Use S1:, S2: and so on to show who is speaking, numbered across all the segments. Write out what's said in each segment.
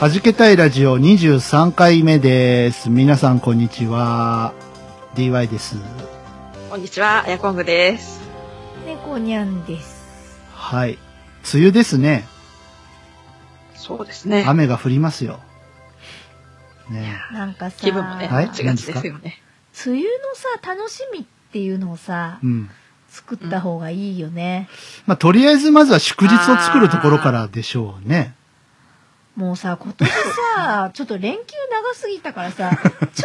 S1: はじけたいラジオ23回目です。皆さんこんにちは。DY です。
S2: こんにちは、ヤコングです。
S3: 猫にゃんです。
S1: はい。梅雨ですね。
S2: そうですね。
S1: 雨が降りますよ。ね
S3: なんかさ、
S2: 気分もね、
S1: はい
S2: ガチガチですよね。
S3: 梅雨のさ、楽しみっていうのをさ
S1: え。う、ん。
S3: 作った方がいいよね。
S1: まあ、とりあえずまずは祝日を作るところからでしょうね。
S3: もうさ、今年 さ、ちょっと連休長すぎたからさ、ちょっとだけ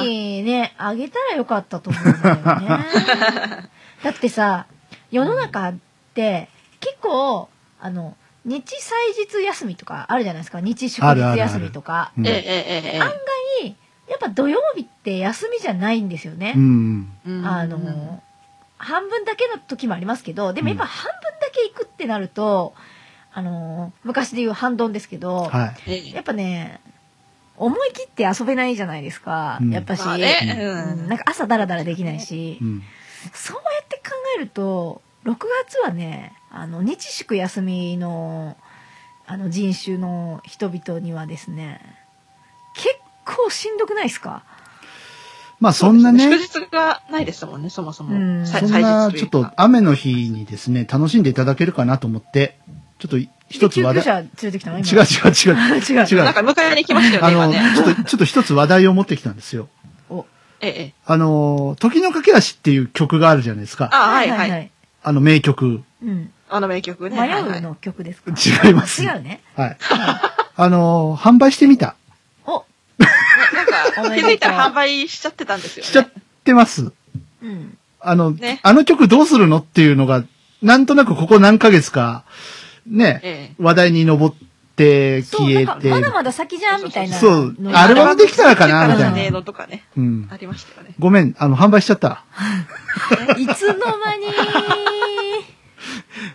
S3: 6月にね、あげたらよかったと思うんだよ ね。だってさ、世の中って結構、あの、日祭日休みとかあるじゃないですか。日祝
S1: あるあ
S3: 日
S1: るある
S3: 休みとか。
S1: うん
S2: えええええ
S3: やっぱ土曜日って休みじゃないんですよね。
S1: うん。
S2: え。うん
S3: あの、半分だけの時もありますけど、でもやっぱ半分だけ行くってなると、あの、昔で言う半ドンですけど、
S1: はい。
S2: え
S3: や
S2: え
S3: っぱね、思い切って遊べないじゃないですか、
S1: うん
S3: やっぱし、
S2: まあね、
S3: うん
S2: う
S3: なんか朝ダラダラできないし、
S1: うん。
S3: そうやって考えると、6月はね、あの、日祝休みの、あの、人種の人々にはですね、結構しんどくないですか
S1: まあ、
S2: ん。
S1: そんなね。
S2: 祝日がないですもんね、そもそも。
S3: うん
S2: さ
S1: そん
S2: 祭
S1: な、
S2: 日とい
S1: ちょ
S2: う
S1: っと
S2: か
S1: 雨の日にですね、楽しんでいただけるかなと思って、ちょっと一つ
S3: 救
S1: 話
S3: 急
S1: 題。
S3: 車連れてきたの
S1: 違う違
S3: 今
S1: う違 う。
S3: 違う。
S1: 違
S2: なん
S1: う
S2: か。迎えに来ましたよ
S1: あ
S2: ね、今
S1: の、
S2: ね。
S1: ちょっと、ちょっと一つ話題を持ってきたんですよ。
S3: お
S2: ええええ。
S1: あの、時の駆け足っていう曲があるじゃないですか。あ
S2: あ、はいはい。
S3: い。
S1: の名曲。
S3: うん。
S2: あの名曲ね。
S3: 迷
S2: は
S3: う
S2: いはい
S3: の曲ですか
S1: 違います。
S3: 違うね。
S1: はい。あの、販売してみた。
S3: お、
S2: なんか、
S3: おめでとう
S2: 気づいたら販売しちゃってたんですよ
S1: しちゃっ
S2: ね。
S1: てます。
S3: うん。
S1: あの、
S2: ね
S1: あの曲どうするのっていうのが、なんとなくここ何ヶ月か、ね、
S2: ええ。
S1: 話題に上って、
S3: そう、
S1: 消
S3: なん
S1: え
S3: か
S1: て。
S3: まだまだ先じゃんみたいな。
S1: そうアルバムできたらかな
S2: アルバムできた
S3: みたいな
S2: らじゃねえのとかね。
S1: うん
S2: あ。りましたよね。
S1: ごめん、あの、販売しちゃった。
S3: いつの間 に。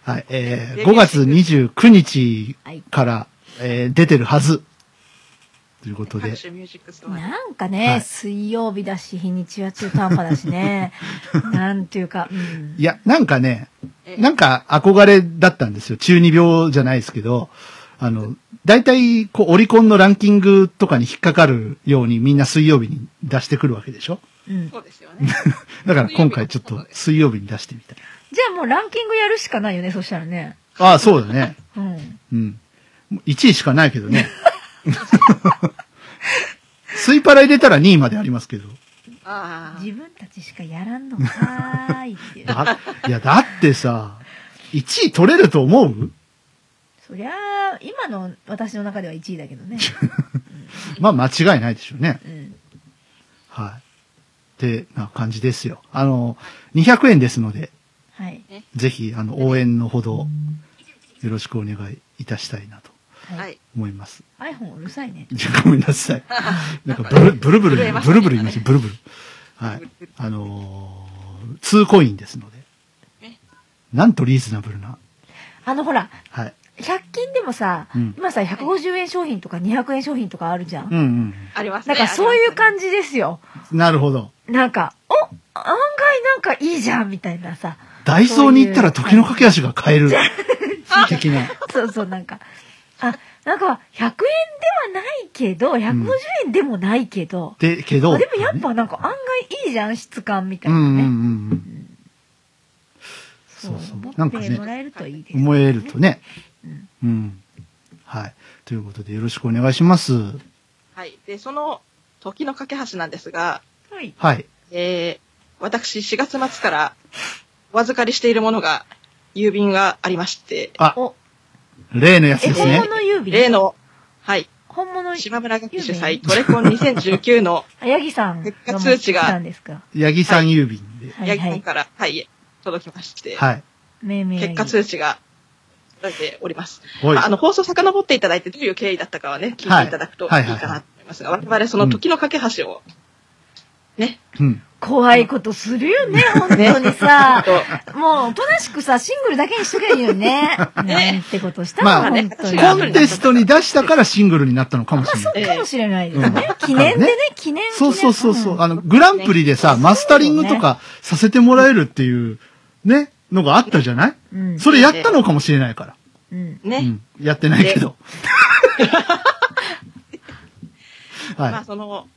S1: はい、えー、
S2: デビ
S1: 5
S2: ュー
S1: 月29日
S3: はい
S1: から、えー出てるはず。ということで
S2: 各。種ミュージックストアに。
S3: なん
S1: は
S3: か
S1: い
S3: ね、水曜日だし、日にちは中途半端だし ね。なんていうか、うん
S1: い。や、なんかね、
S2: ええ
S1: なんか憧れだったんですよ。中二病じゃないですけど、あの、大体、こう、オリコンのランキングとかに引っかかるようにみんな水曜日に出してくるわけでしょ
S3: うん。じ
S2: そうですよね。
S1: だから今回ちょっと水曜日に出してみた。
S3: ゃあもうランキングやるしかないよね、そしたらね。
S1: ああ、そうだね。
S3: うん。
S1: うん。1位しかないけど ね。スイパラ入れたら2位までありますけど。
S2: ああ。
S3: 自分たちしかやらんのかーいっていう。
S1: だいや、だってさ、1位取れると思う
S3: そりゃあ、今の私の中では1位だけどね。
S1: まあ間違いないでしょうね。
S3: うん。
S1: はい。ってな感じですよ。あの、200円ですので、
S3: はい。
S1: ぜひ、あの、応援のほど、よろしくお願いいたしたいなと
S3: は。
S2: はいい。
S1: 思います。
S3: iPhone うるさいね。
S1: じゃあごめんなさ い。なんかブル、ブルブル
S2: 震え
S1: 言い、
S2: ました
S1: ブ
S2: ね
S1: ルブル言いました、ブルブル。はい。あのー、2コインですので
S2: ね。
S1: なんとリーズナブルな。
S3: あのほら、
S1: はい。
S3: 100均でもさ、
S1: うん
S3: 今さ、150円商品とか200円商品とかあるじゃん。
S1: うんうん
S2: あります
S3: な
S2: ね。
S3: んかそういう
S2: じ。
S3: 感じですよ。
S1: うん。なるほど。
S3: なんか、お案外なんかいいじゃんみたいなさ。
S1: ダイソーに行ったら時の駆け足が買える。的 な。
S3: そうそう、なんか。あ、なんか、100円ではないけど、150円でもないけど、
S1: で、けど。
S3: あでもやっぱなんか案外いいじゃん、質感みたい
S1: うん
S3: な
S1: うんう
S3: ね。
S1: んうん。そうそう
S3: 持。
S1: なん
S3: っ
S1: か
S3: て
S1: ね
S3: も、らえるといいです。
S1: 思えるとね。
S3: うん
S1: うん。はい。ということでよろしくお願いします。
S2: はい。で、その、時の架け橋なんですが、
S3: はい。
S1: はい。
S2: えー、私4月末からお預かりしているものが、郵便がありまして、
S1: あ、
S3: お、
S1: 例のやつ
S3: え、
S1: です
S3: 本
S1: ね。
S3: 物郵
S2: 例
S3: 便
S2: の、はい、
S3: 本物郵便
S2: 島村学主催トレコン2019の
S3: あ、ヤギさんが持ってきたんですか。
S1: 八木さん郵便で。
S3: は
S2: 八
S3: い
S2: 木
S3: は
S2: さん
S3: い。
S2: から、はい、届きまして、
S1: はい。
S3: めいめい。
S2: 結果通知が届いております。
S1: おい
S2: まあ。あの、放送遡っていただいて、どういう経緯だったかはね、聞いていただくといい
S1: はいはいはい
S2: かなと思いますが、我々その時の架け橋を、ね、
S1: うん。
S3: 怖いことするよね、本当にさ。もう、おとなしくさ、シングルだけにしとけばいいよね。なんてことした
S1: まあ
S3: の、本当に。
S1: コンテストに出したからシングルになったのかもしれない。
S3: かもしれないですね
S1: う。
S3: 記念でね
S1: ね、
S3: 記念。
S1: そうそうそう
S3: 記
S1: そ
S3: 念
S1: う。あの、グランプリでさ、マスタリングとかさせてもらえるっていう、ね、のがあったじゃない
S3: うん。
S1: それやったのかもしれないから。
S3: うん。
S1: う
S2: ね、
S1: ん。やってないけど。
S2: まあ
S1: は
S2: その、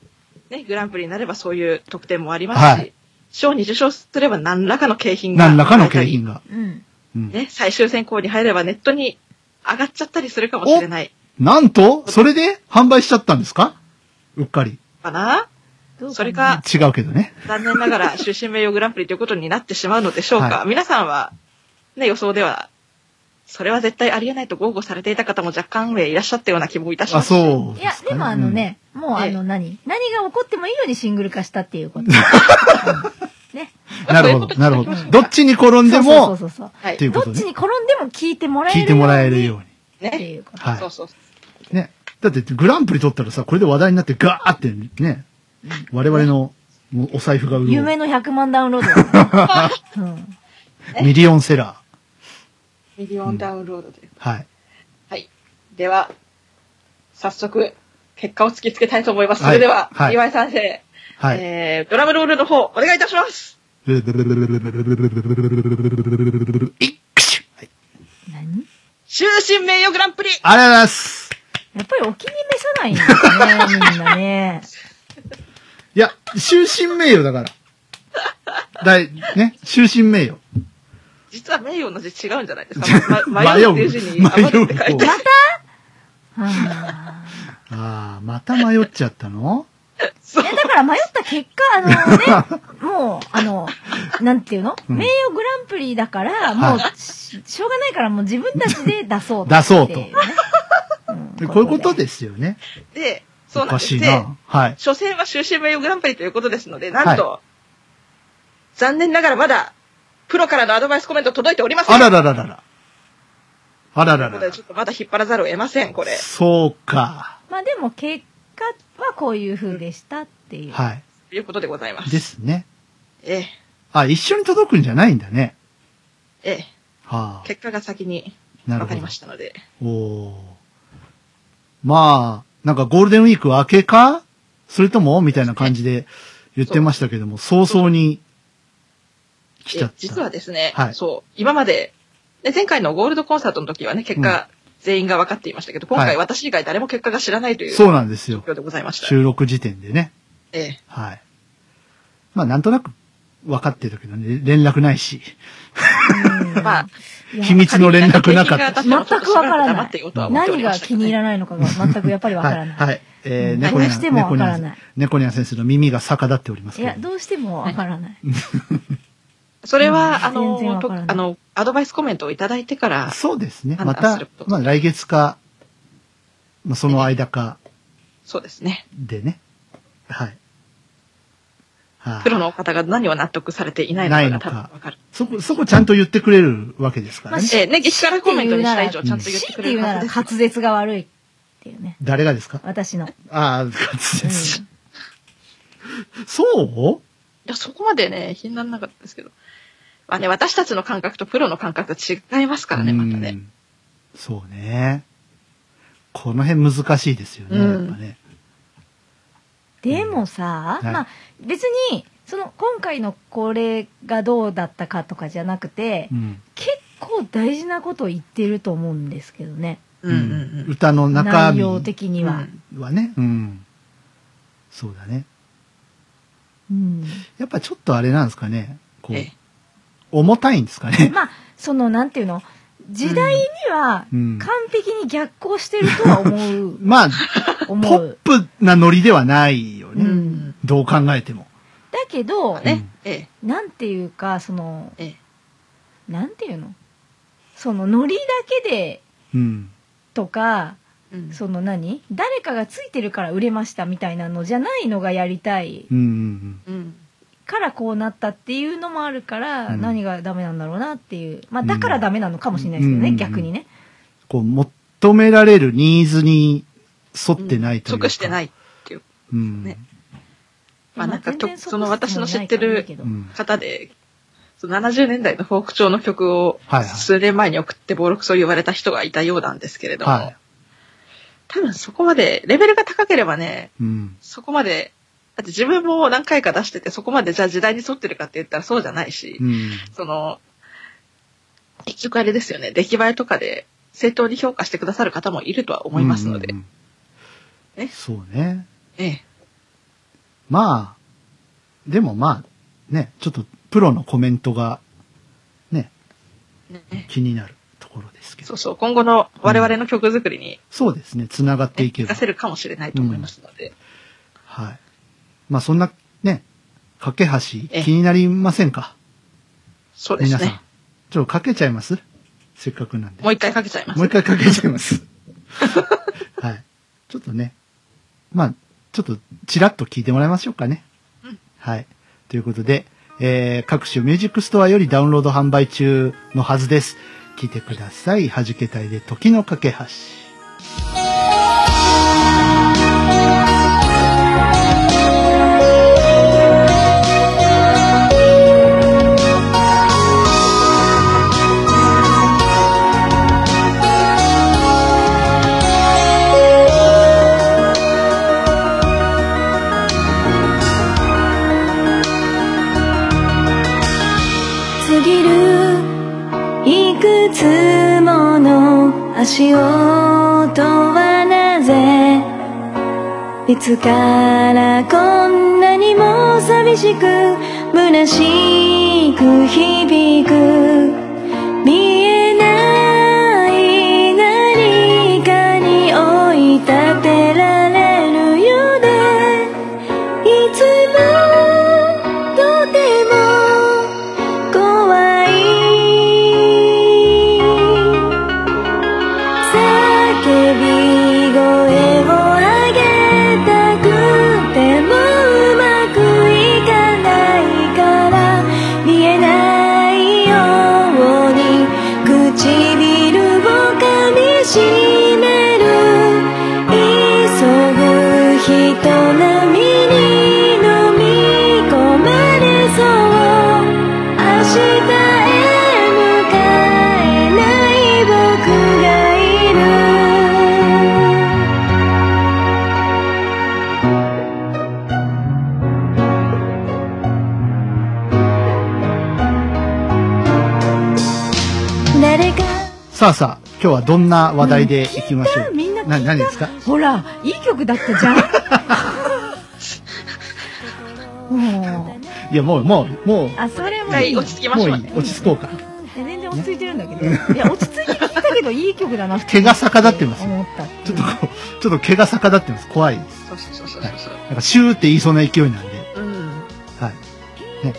S2: ね、グランプリになればそういう得点もあります
S1: はい
S2: し、賞、に受賞すれば何らかの景
S1: い。
S2: 品が。
S1: 何らかの景品が。
S3: うん。
S1: うん。
S2: ね、最終選考に入ればネットに上がっちゃったりするかもしれない
S1: なんと、それで販売しちゃったんですかうっかり。
S2: かな。
S3: どうな
S2: それか、
S1: 違うけどね。
S2: 残念ながら終身名誉グランプリということになってしまうのでしょうか。
S1: は
S2: 皆さんは、ね、予想では、それは絶対ありえないと豪語されていた方も若干上いらっしゃったような気もいたし
S1: あ、
S2: ます。
S1: そう
S3: い
S1: で
S3: や
S1: すかね、
S3: でもあのね、もうあ
S2: ええ
S3: の何、何が起こってもいいようにシングル化したっていうこと。うんね。
S1: うん。なるほど、なるほど。どっちに転んで
S3: そ
S1: も
S3: う、そうそうそう。
S2: はい
S1: っていう
S3: ど
S1: こ
S3: っ
S1: と
S3: ちに
S1: ね。
S3: 転んでも聞いてもらえる
S1: 聞いてもらえるように。
S3: って
S2: ね。
S3: いうこと。
S1: はい
S2: そうそうそう。
S1: ね。だってグランプリ取ったらさ、これで話題になってガーってね、我々のもうお財布が潤
S3: 夢
S1: う
S3: の100万ダウンロードだね。 うん
S1: ミリオンセラ
S2: ミリオンダウンロードで。
S1: ー。はい。
S2: はい。では、早速、結果を突きつけたいと思います。そ
S1: はい
S2: れでは、
S1: はい
S2: 岩井先生、
S1: はい。
S2: えー、ドラムロールの方、お願いいたします。
S1: ルルルルルルルルルルルルルルルルルルルルルルいっくしゅはい
S3: 何
S2: 終身名誉グランプリ
S1: ありがとうございます。
S3: やっぱりお気に召さないんですね、みん なね。
S1: いや、終身名誉だから。だい、ね、終身名誉。
S2: 実は名誉の字違うんじゃないですか。 まま迷
S1: 迷
S2: う
S1: う
S2: っていう字に余るって書い
S1: 迷う方
S2: てある。
S3: はあ
S1: ああ、また迷っちゃった の
S2: そう
S3: いや、だから迷った結果、 あのね、もう、あの、なんていうの、
S1: うん
S3: 名誉グランプリだから、もう、ししょうがないから、もう自分たちで出そう
S1: 出そうと
S3: っていねん
S1: こういうことですよね。
S2: で、そう
S1: お
S2: なん
S1: か
S2: です。
S1: しい
S2: で、
S1: な。 はい。
S2: 初戦は終身名誉グランプリということですので、なんと、残念ながらまだ、プロからのアドバイスコメント届いておりません。
S1: あららららら。あらら
S2: とい
S1: ら
S2: うこと
S1: ら
S2: で。ちょっとまだ引っ張らざるを得ません、これ。
S1: そうか。
S3: まあでも、結果はこういう風でしたっていう。
S1: は
S2: ということでございま
S1: い。
S2: す。
S1: ですね。
S2: ええ、
S1: あ、一緒に届くんじゃないんだね。
S2: ええ、
S1: はあ。
S2: 結果が先に
S1: な
S2: 分
S1: る
S2: か
S1: ほ
S2: り
S1: ど
S2: ま。したので。
S1: おお。まあ、なんかゴールデンウィーク明けかそれともみたいな感じで言ってましたけども、早々に来ちゃっ
S2: え
S1: た。
S2: 実はですね、
S1: はい
S2: そう、今まで、ね、前回のゴールドコンサートの時はね、結果、全員が分かっていましたけど、今
S1: は
S2: 回
S1: い
S2: 私以外誰も結果が知らないという
S1: そうなんです
S2: 状
S1: よ。
S2: 況でございました。
S1: 収録時点でね。
S2: ええ、
S1: はい。まあ、なんとなく分かってたけどね、連絡ないし。
S3: うん
S2: まあ、
S3: いや
S1: 秘密の連絡なかった
S2: 全くわ
S3: 全くわから
S2: 黙
S3: な
S2: ってよ
S3: いう
S2: とは。思ってお
S3: 何
S2: りま
S3: が
S2: したけ
S3: 気
S2: どね
S3: に入らないのかが全くやっぱりわからない。
S1: はい。はい、えー、
S2: 何
S1: 猫ニ
S3: をしてもわからない
S1: ャン、猫ニャン先生の耳が逆立っております
S3: い
S1: けど。
S3: や、どうしてもわからない。
S2: それは、
S3: うん
S2: あ
S3: 全然
S2: の、
S3: わ
S2: と
S3: からない
S2: あの、アドバイスコメントをいただいてから、
S1: そうですね。
S2: 判断
S1: ますた
S2: ること、
S1: まあ来月か、まあその間か
S2: そうですね。
S1: でね。はい。はい、
S2: プロの方が何を納得されていないのかが多分わかる。
S1: そこ、そこちゃんと言ってくれるわけですからね
S3: ま。
S2: ええ、ね、激辛コメントにした以上、
S1: うん
S2: ちゃんと言ってく
S3: 強いて
S2: れ
S3: 言
S2: る
S3: うな
S2: は
S3: ら
S2: ずです。
S3: 滑舌が悪いっていうね。
S1: 誰がですか
S3: 私の。
S1: ああ、滑
S3: うん
S1: 舌。そう
S2: いや、そこまでね、気にならなかったですけど。まあね、私たちの感覚とプロの感覚が違いますからね、また
S1: う
S2: ね。
S1: んそうね。この辺難しいですよね、
S2: うん
S1: やっぱね。
S3: でもさ、
S1: はい
S3: まあ別に、その今回のこれがどうだったかとかじゃなくて、
S1: うん。
S3: 結構大事なことを言ってると思うんですけどね。
S2: うんうんうん。
S1: 歌の中
S3: 内
S1: 身
S3: 容的には。
S1: はね。うん。そうだね。
S3: うん。
S1: やっぱちょっとあれなんですかね。こう
S2: ええ、
S1: 重たいんですか ね。
S3: まあ、その、なんていうの、時代には
S1: うん
S3: 完。璧に逆行してるとは思 う。
S1: まあ、ポ
S3: 思
S1: ッ
S3: う。
S1: プなノリではないよ
S3: う
S1: ね。
S3: ん。
S1: どう考えても。
S3: だけど、
S2: ね、ええ、
S3: なんていうか、その、
S2: ええ。
S3: なんていうのその、ノリだけで、
S1: うん。
S3: とか、
S2: うん
S3: その何誰かがついてるから売れましたみたいなのじゃないのがやりたい
S1: うんうんうん。
S2: うん。
S3: からこうなったっていうのもあるから、
S1: うん
S3: 何がダメなんだろうなっていう。まあ
S1: うん
S3: だからダメなのかもしれないですけどね、
S1: うん
S3: 逆にね。
S1: こう、求められるニーズに沿ってないというか。
S2: 即してない。
S1: うん。
S2: ねまあ
S3: まあ
S2: なんか
S3: 全
S2: 曲
S3: 然
S2: その私の知って
S3: 即
S2: る
S3: して
S1: う
S3: もないか
S1: ん。
S2: 方
S3: らいい
S2: で、その70年代のフォーク調の曲を
S1: はいはい
S2: 数年前に送ってボロクソ言われた人がいたようなんですけれども、
S1: はい。
S2: 多分そこまで、レベルが高ければね、
S1: うん。
S2: そこまで、だって自分も何回か出してて、そこまでじゃあ時代に沿ってるかって言ったらそうじゃないし、
S1: うん。
S2: その、結局あれですよね、出来栄えとかで正当に評価してくださる方もいるとは思いますので、
S1: うんうんうん
S2: ね
S1: そうね。
S2: ええ。
S1: まあ、でもまあ、ね、ちょっとプロのコメントが、ね、
S2: ね
S1: 気になるところですけ
S2: そ
S1: ど。
S2: うそう、今後の我々の曲作りに、
S1: そうですね。繋がって
S2: ね
S1: いけ
S2: 活
S1: ば
S2: か。せるかもしれないと思いますので、
S1: はい。まあそんな、ね、架け橋
S2: ええ
S1: 気になりませんか
S2: そうです
S1: 皆さん
S2: ね。。
S1: ちょっとかけちゃいますせっかくなんで。
S2: もう一回かけちゃいます。
S1: もう一回かけちゃいます。はい。ちょっとね、まあ、ちょっとちらっと聞いてもらいましょうかね。
S2: うん
S1: はい。ということで、えー各種ミュージックストアよりダウンロード販売中のはずです。聞いてください。はじけたいで時の架け橋。
S4: 過ぎるいくつもの足音はなぜいつからこんなにも寂しく虚しく響く見えない何かに追い立てられるようでいつもとても怖い叫び声を上げたくてもうまくいかないから見えないように唇を噛みしめる急ぐ人並みに飲み込まれそう明日へ向かえない僕がいる誰か
S1: さあさあ、今日はどんな話題でいきましょう。
S3: うん聞いたみんな聞い
S1: な
S3: た
S1: 何ですか
S3: ほら、いい曲だったじゃん。 もう、
S1: いや、もう、もう、もう、
S3: あ、それ
S2: 一
S3: もい
S2: 回
S3: い。
S2: 落ち着きま
S1: も
S2: し
S1: う
S2: ょう
S1: い
S2: ね。
S1: い。落ち着こうか。
S3: 全然落ち着いてるんだけど。いや、落ち着いて聞いたけど、いい曲だなって
S1: 毛が逆立ってますよ
S3: 思った。
S1: ちょっとこう、ちょっと毛が逆立ってます。怖いです。
S2: そうそうそうそうそう。
S1: なんか、シューって言いそうな勢いなんで。
S2: うん。
S1: はい。ね。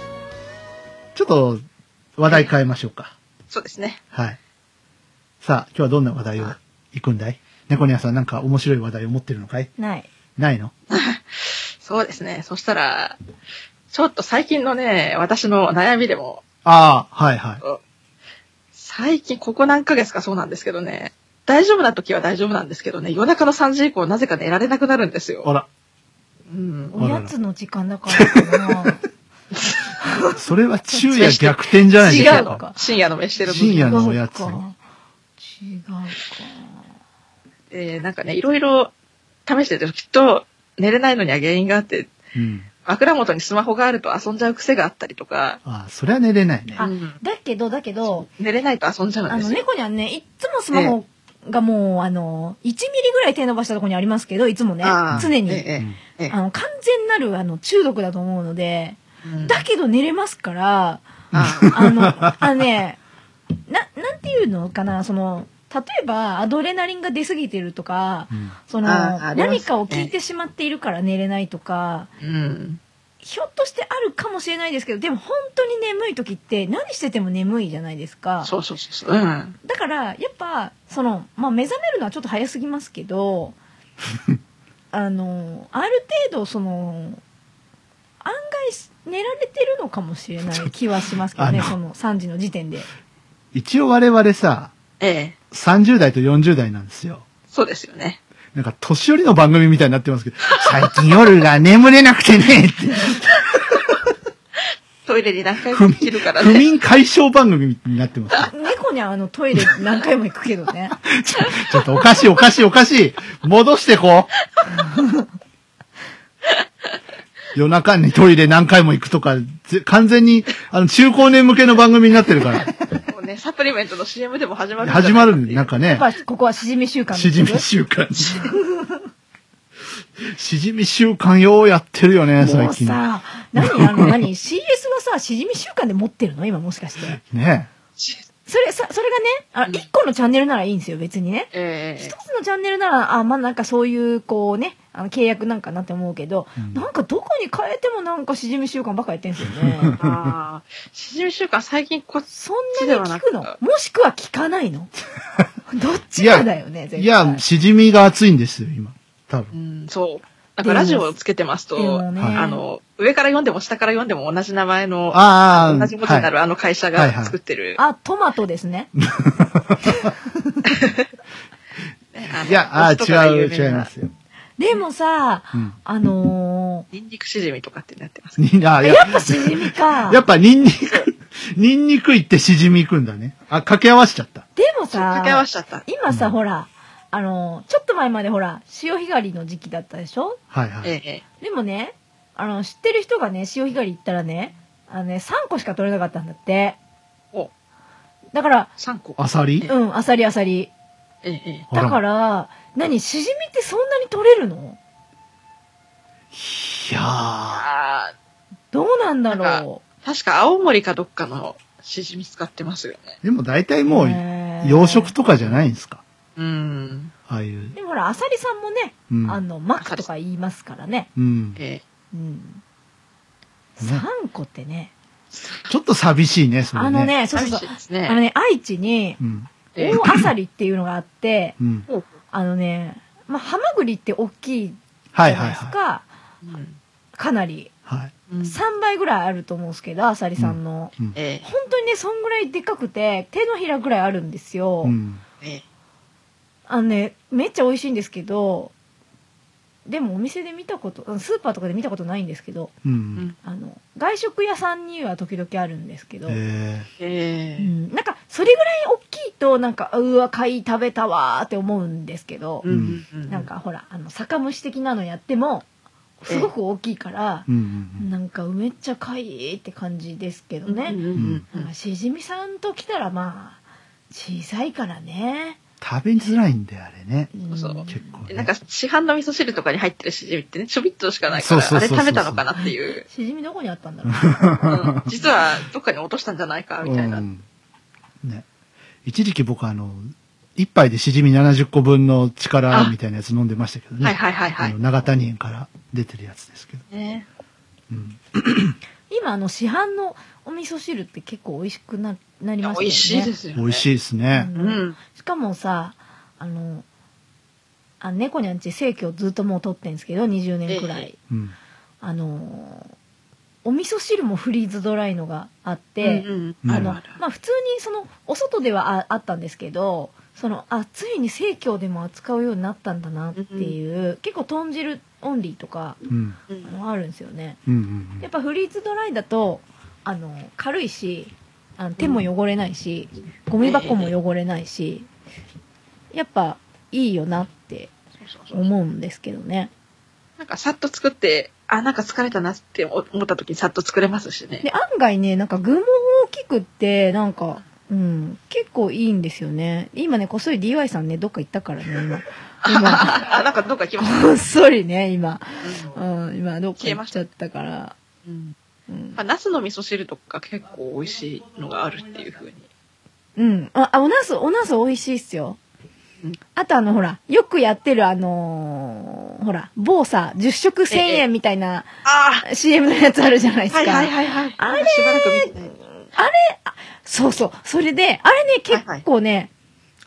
S1: ちょっと、話題変えましょうか。
S2: そうですね。
S1: はい。さあ、今日はどんな話題を行くんだい猫ニャンさんなんか面白い話題を持ってるのかい
S3: ない。
S1: ないの
S2: そうですね。そしたら、ちょっと最近のね、私の悩みでも、
S1: ああ、はいはい。
S2: 最近、ここ何ヶ月かそうなんですけどね、大丈夫な時は大丈夫なんですけどね、夜中の3時以降なぜか寝られなくなるんです
S1: あ
S2: よ。
S1: ら、
S2: うん。
S3: おやつの時間だからかな。
S1: それは昼夜逆転じゃないでし
S2: 違
S1: ょ
S2: う
S1: う
S2: の
S1: か。
S2: 深夜の飯してる
S1: 深
S2: 時
S1: 夜のおやつ
S3: 違うか。違うか。
S2: えー、なんかね、いろいろ試してて、きっと寝れないのには原因があって、
S1: うん。
S2: 枕元にスマホがあると遊んじゃう癖があったりとか、
S1: ああ、それは寝れないね。
S3: あ
S2: うん
S3: だけど、だけど、
S2: 寝れないと遊んじゃう
S3: あ
S2: んで
S3: の、
S2: すよ。
S3: 猫にはね、いっつもスマホがもう、あの、1ミリぐらい手伸ばしたところにありますけど、いつもね
S2: あー、
S3: 常に。
S2: ええ
S1: うん
S2: ええ
S3: あの、完全なる、あの、中毒だと思うので、
S2: うん
S3: だけど寝れますから、
S2: あ
S3: あの、あのね、な、なんていうのかな、その、例えば、アドレナリンが出すぎてるとか、
S1: うん
S3: その、
S2: あーあります
S3: 何かを聞いてしまっているから寝れないとか、
S2: うん。
S3: ひょっとしてあるかもしれないですけど、でも本当に眠い時って何してても眠いじゃないですか。
S2: そうそうそうそう。うん。
S3: だから、やっぱ、その、まあ、目覚めるのはちょっと早すぎますけど、 あの、ある程度、その、案外、寝られてるのかもしれない気はしますけど
S1: あ
S3: ね、
S1: の
S3: その3時の時点で。
S1: 一応我々さ、
S2: ええ。
S1: 30代と40代なんですよ。
S2: そうですよね。
S1: なんか年寄りの番組みたいになってますけど、最近夜が眠れなくてねって、
S2: トイレに何回
S1: 不
S2: も
S1: 眠
S2: 行けるから
S1: 不
S2: ね。
S1: 眠解消番組になってますよ
S3: 猫にゃんあのトイレ何回も行くけど ね。
S1: ちょちょっとおかしいおかしいおかしい。戻してこう。夜中にトイレ何回も行くとか、ぜ完全に、あの、中高年向けの番組になってるから、
S2: もうね、サプリメントの CM でも始まる。
S1: 始まるんで、なん
S2: か。
S1: か
S3: や
S1: ね
S3: っ、ぱここはしじみ習慣
S1: しじみ習慣。しじみ習慣ようやってるよね、
S3: も
S1: 最
S3: う
S1: 近。
S3: さ、何あの何 ?CS はさ、しじみ習慣で持ってるの今もしかして。
S1: ね。
S3: それ、さ、それがね、あ、一個のチャンネルならいいんですよ、別にね。
S2: え
S3: 一
S2: え
S3: つのチャンネルなら、あ、まあなんかそういう、こうね、あの契約なんかなって思うけど、
S1: うん
S3: なんかどこに変えてもなんかしじみ習慣ばっかやってんすよね。
S2: ああ。しじみ習慣最近こっ
S3: そんなに聞くの
S2: ではな
S3: もしくは聞かな いのどっちかだよね、絶対。
S1: いや、しじみが熱いんですよ、今。多
S2: う
S1: 分。
S2: ん、そう。なんかラジオをつけてます
S3: で
S2: と、
S3: もね、
S1: はい
S2: あの、上から読んでも下から読んでも同じ名前の、
S1: ああ、
S2: 同じ文字にな
S1: は
S2: るあの会社
S1: はいは
S2: が
S1: い
S2: 作ってる。
S3: あ、トマトで すね。
S2: ねあの
S1: い。いや、ああ、
S2: 文字とか
S1: 違
S2: で
S1: う、
S2: 有名な
S1: 違いますよ。
S3: でもさ、
S1: うん。
S3: あの
S2: ニンニクしじみとかってなってます。
S1: にあ、
S3: ー、
S1: いや
S3: やっぱしじみか。
S1: やっぱニンニク、 ニンニクいってしじみいくんだね。あ、掛け合わせちゃった。
S3: でもさ
S2: 掛、け合わせちゃった。
S3: 今さ、
S1: うん
S3: ほら、あのー、ちょっと前までほら、潮干狩りの時期だったでしょ
S1: はいは
S2: え
S1: い。
S2: え。
S3: でもね、あの、知ってる人がね、潮干狩り行ったらね、あのね、3個しか取れなかったんだって。
S2: お、
S3: だから、
S2: 3個。
S1: アサリ
S3: うん、アサリアサリ。
S2: ええ。
S1: あ。
S3: だからら、何、シジミってそんなに取れるの
S1: いやー。
S2: あ
S3: どうなんだろ
S2: あ、確か青森かどっかのしじみ使ってますよね。
S1: でも大体
S3: う。
S1: もう、
S3: ねえ
S1: 養殖とかじゃないんですか
S2: うん。
S1: ああいう。
S3: でもほら、アサリさんもね、
S1: うん。
S3: あの、マックとか言いますからね。
S1: うん。
S2: ええ。
S3: うん。
S1: ね
S3: 3個ってね。
S1: ちょっと寂しいね、それね。
S3: あの。ね、そう
S2: 寂
S3: そ
S2: し
S3: うそ。
S2: いうです
S3: あの
S2: ね。
S3: ね、愛知に、
S1: うん。
S2: ええ
S3: 大アサリっていうのがあって、
S1: うん。
S3: あのね、まあ、ハマグリって大きいじ
S1: はい
S3: ゃな
S1: はいい
S3: です
S1: はい。
S3: か。
S2: うん
S3: かなり。
S1: はい。
S2: うん
S3: 3倍ぐらいあると思うんですけど、アサリさんの。
S2: え
S3: 本当にね、そんぐらいでかくて、手のひらぐらいあるんですよ。
S1: うん。
S2: え。ええ。
S3: あのね、めっちゃ美味しいんですけど、でもお店で見たこと、うんスーパーとかで見たことないんですけど、
S1: う
S2: うん
S1: ん。
S3: あの、外食屋さんには時々あるんですけど、
S1: え
S2: え
S3: う
S2: え。
S3: ん、なんか、それぐらい大きいと、なんか、あうわ、貝食べたわーって思うんですけど、
S2: うんう
S3: なんかほら、あの、酒蒸し的なのやっても、すごく大きいから
S1: ー。う、ん。
S3: なんか、めっちゃ貝って感じですけど
S2: うん
S3: ね。
S2: うんうんう
S3: なん
S2: ん
S3: かしじみさんと来たら、まあ、小さいからね。
S1: 食べづらいんだよ、あれね。
S3: うん
S2: そう
S1: 結構ね。
S2: なんか市販の味噌汁とかに入ってるしじみってね、ちょびっとしかないか
S1: そう
S2: ら、
S1: そう
S2: あ
S1: そうそ
S2: れ
S1: う
S2: 食べたのかなって いう、
S3: しじみどこにあった んだろう
S2: うん実はどっかに落としたんじゃないかみたいな。
S1: うん、ね。一時期僕あの、一杯でしじみ70個分の力みたいなやつ飲んでましたけどね。
S2: はいはいはいは
S1: あ
S2: い
S1: の、。長谷園から出てるやつですけど。
S2: ね
S1: うん。
S3: 今、あの、市販のお味噌汁って結構美味しくな、なり
S2: い
S3: ま
S2: や
S3: すよね。。
S2: 美味しいですすよね。
S1: 美味しいですね。
S2: う。ん。
S3: しかもさ、あの、あ猫にゃんち正規をずっともう取ってんですけど、20年くらい。
S2: え
S1: うん。
S3: あのーお味噌汁もフリーズドライのがあって、
S2: うん
S1: うん
S3: あ
S2: あの、
S3: のまあ普通にそのお外ではああったんですけどそのあついに生協でも扱うようになったんだなっていう、結構豚汁オンリーとか
S1: うん。
S2: うん
S3: あのあるんですよね
S1: うん。
S3: やっぱフリーズドライだとあの軽いしあの手も汚れないし、ゴミ箱も汚れないしやっぱいいよなって
S2: そうそうそう
S3: 思うんですけどね
S2: なんかさっと作って、あ、なんか疲れたなって思った時にさっと作れますしね。
S3: で案外ねなんか具も大きくってなんかうん結構いいんですよね今ねこっそり DY さんねどっか行ったからね今 今
S2: あ、なんかどっか来まし
S3: こっそりね今、
S2: た。
S3: うん、今どっか行っちゃったから、
S2: うん。
S3: うん
S2: まあ、ナスの味噌汁とか結構美味しいのがあるっていう風に。
S3: うん、ああおなすおなす美味しいっすよ
S2: うん
S3: あとあのほらよくやってるあのーほら某さ10食1000
S2: ええ
S3: 円みたいな
S2: あ
S3: CM のやつあるじゃないですか、
S2: はいはいはいはい。
S3: あ
S2: れしばらく見てない。
S3: そうそう。それで、あれね、結構ね、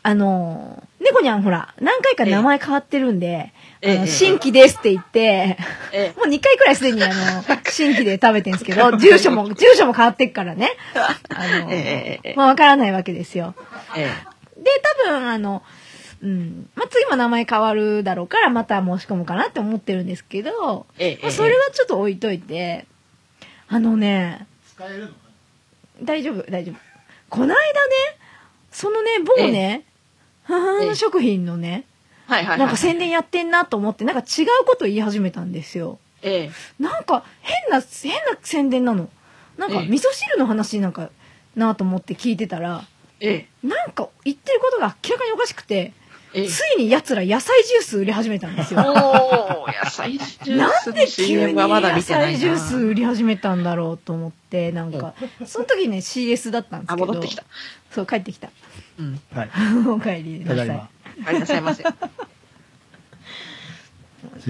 S3: あのー、猫こにゃんほら、何回か名前変わってるんで、
S2: ええ
S3: あ
S2: え
S3: の
S2: え
S3: 新規ですって 言って、
S2: ええ
S3: もう2回くらいすでに あの、新規で食べてるんですけど、住所も、住所も変わってっからね。あ の、
S2: ええええ
S3: まあわからないわけですよ。
S2: ええ
S3: で、多分あの、うん、まあ次も名前変わるだろうから、また申し込むかなって思ってるんですけど、
S2: えええ
S3: まあ
S2: え
S3: それはちょっと置いといて、あのね、
S1: 使えるのか
S3: 大丈夫大丈夫こないだねそのね某ね母の食品のね
S2: はいはいはい。
S3: なんか宣伝やってんなと思ってなんか違うこと言い始めたんですよ
S2: え
S3: なんか変な変な宣伝なのなんか
S2: ええ
S3: 味噌汁の話なんかなと思って聞いてたら
S2: ええ
S3: なんか言ってることが明らかにおかしくて
S2: ええ
S3: ついに奴ら野菜ジュース売り始めたんですよ
S2: おー、野菜ジュー
S3: な
S2: ス
S3: んで
S2: の
S3: 急
S2: CM
S3: に
S2: はまだ
S3: 野
S2: 見てない
S3: 菜
S2: な。
S3: ジュース売り始めたんだろうと思ってなんかその時ね CS だったんです
S2: あ、
S3: けど
S2: 戻ってきた。
S3: そう帰ってきた
S2: うん。
S1: なはい。
S3: お帰り
S1: た
S3: な
S1: だ
S3: さ
S1: い
S3: い
S1: ま。
S2: ありなさいませ。
S1: すい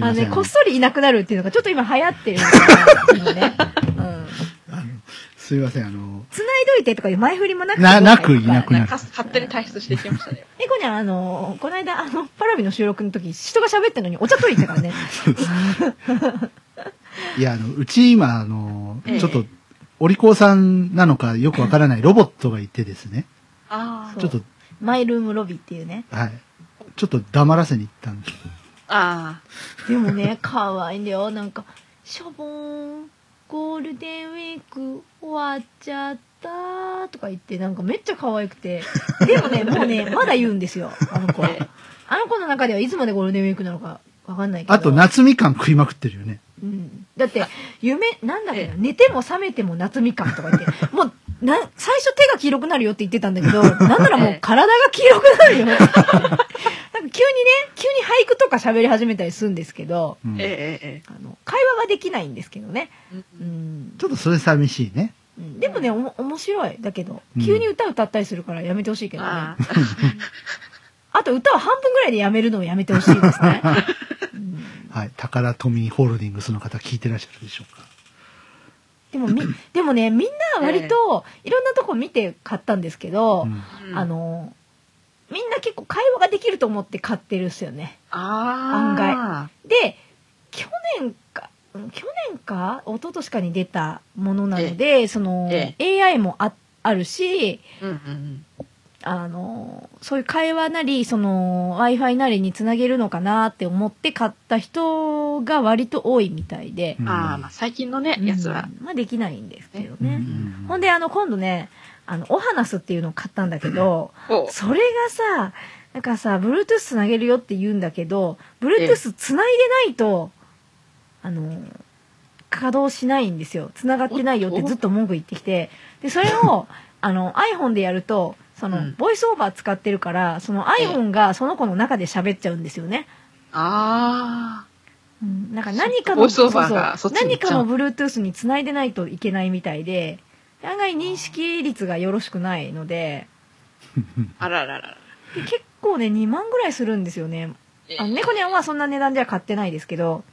S3: あの
S1: ませ
S3: ね、
S1: ん。
S3: こっそりいなくなるっていうのがちょっと今流行ってるんです よね。うん
S1: すいません、あの、
S3: 繋いどいてとかいう前振りもなくて
S1: ななくいなく
S2: なんか勝手に退出していきましたね。
S3: えこにゃん、あの、この間、あの、パラビの収録の時、人が喋ってるのにお茶取りに行ったからね。
S1: いや、あの、うち今、あの、
S2: ええ
S1: ちょっと、お利口さんなのかよくわからないロ ボットがいてですね、
S2: あ
S3: そう
S1: ちょっと、
S3: マイルームロビーっていうね。
S1: はい。ちょっと黙らせに行ったんです。
S2: あ。あ
S3: でもね、 可愛いんだよ。なんか、シャボーン、ゴールデンウィーク終わっちゃったとか言って、なんかめっちゃ可愛 くて。でもね、もうね、まだ言うんですよ、あの子。あの子の中ではいつまでゴールデンウィークなのかわかんないけど。
S1: あと、夏みかん食いまくってるよね。
S3: うんだって夢なんだっけな
S2: ええ
S3: 寝ても覚めても夏みかんとか言ってもうな最初手が黄色くなるよって言ってたんだ けどなんならも
S2: え
S3: う
S2: え
S3: 体が黄色くなるよなんか急にね急に俳句とか喋り始めたりするんですけど
S1: うん
S2: ええ
S1: ち
S2: ええ
S3: あの会話はできないんですけどね、
S2: え
S3: うん
S1: ょっとそれ寂しいね。
S3: うんでもねおも面白いだけど
S1: うん
S3: 急に歌歌ったりするからやめてほしいけ
S2: え。
S3: どね、
S2: ああ。
S3: あと歌は半分ぐらいでやめるのをやめてほしいで すね
S1: はい。宝富ホールディングスの方聞いてらっしゃるでしょうか。
S3: でもみでもねみんな割といろんなとこ見て買ったんですけど、
S1: うん
S2: うん
S3: あ。のみんな結構会話ができると思って買ってるっすよね。
S2: ああ。
S3: で去年かうん去年か一昨年かに出たものなのでその、
S2: え
S3: AI もああるし
S2: うんうん
S3: あのそういう会話なりその w i f i なりにつなげるのかなって思って買った人が割と多いみたいで
S1: う、
S2: うんん。ああ、まあ最近のね、やつは。
S3: うんまあ、できないんですけど
S1: うんう
S3: ね。
S1: ん
S3: ほんであの今度ねあのオハナスっていうのを買ったんだけど。
S2: お
S3: それがさ、なんかさ、Bluetooth つなげるよって言うんだけど、Bluetooth つないでないと、あの、稼働しないんですよ。つながってないよってずっと文句言ってきて、で、それ を、あの、iPhone でやると、その、
S2: うん
S3: ボイスオーバー使ってるから、その iPhone がその子の中で喋っちゃうんですよね。
S2: ああ。
S3: うん、なんか何かの、
S2: ボイスオーバーが
S3: そうそう
S2: そっちに行
S3: 何
S2: っちゃう
S3: かの Bluetooth につないでないといけないみたいで、案外認識率がよろしくないので、
S2: あらららら。
S3: で結構ね、2万ぐらいするんですよね。
S2: え
S3: あの猫ニャンはそんな値段では買ってないですけど、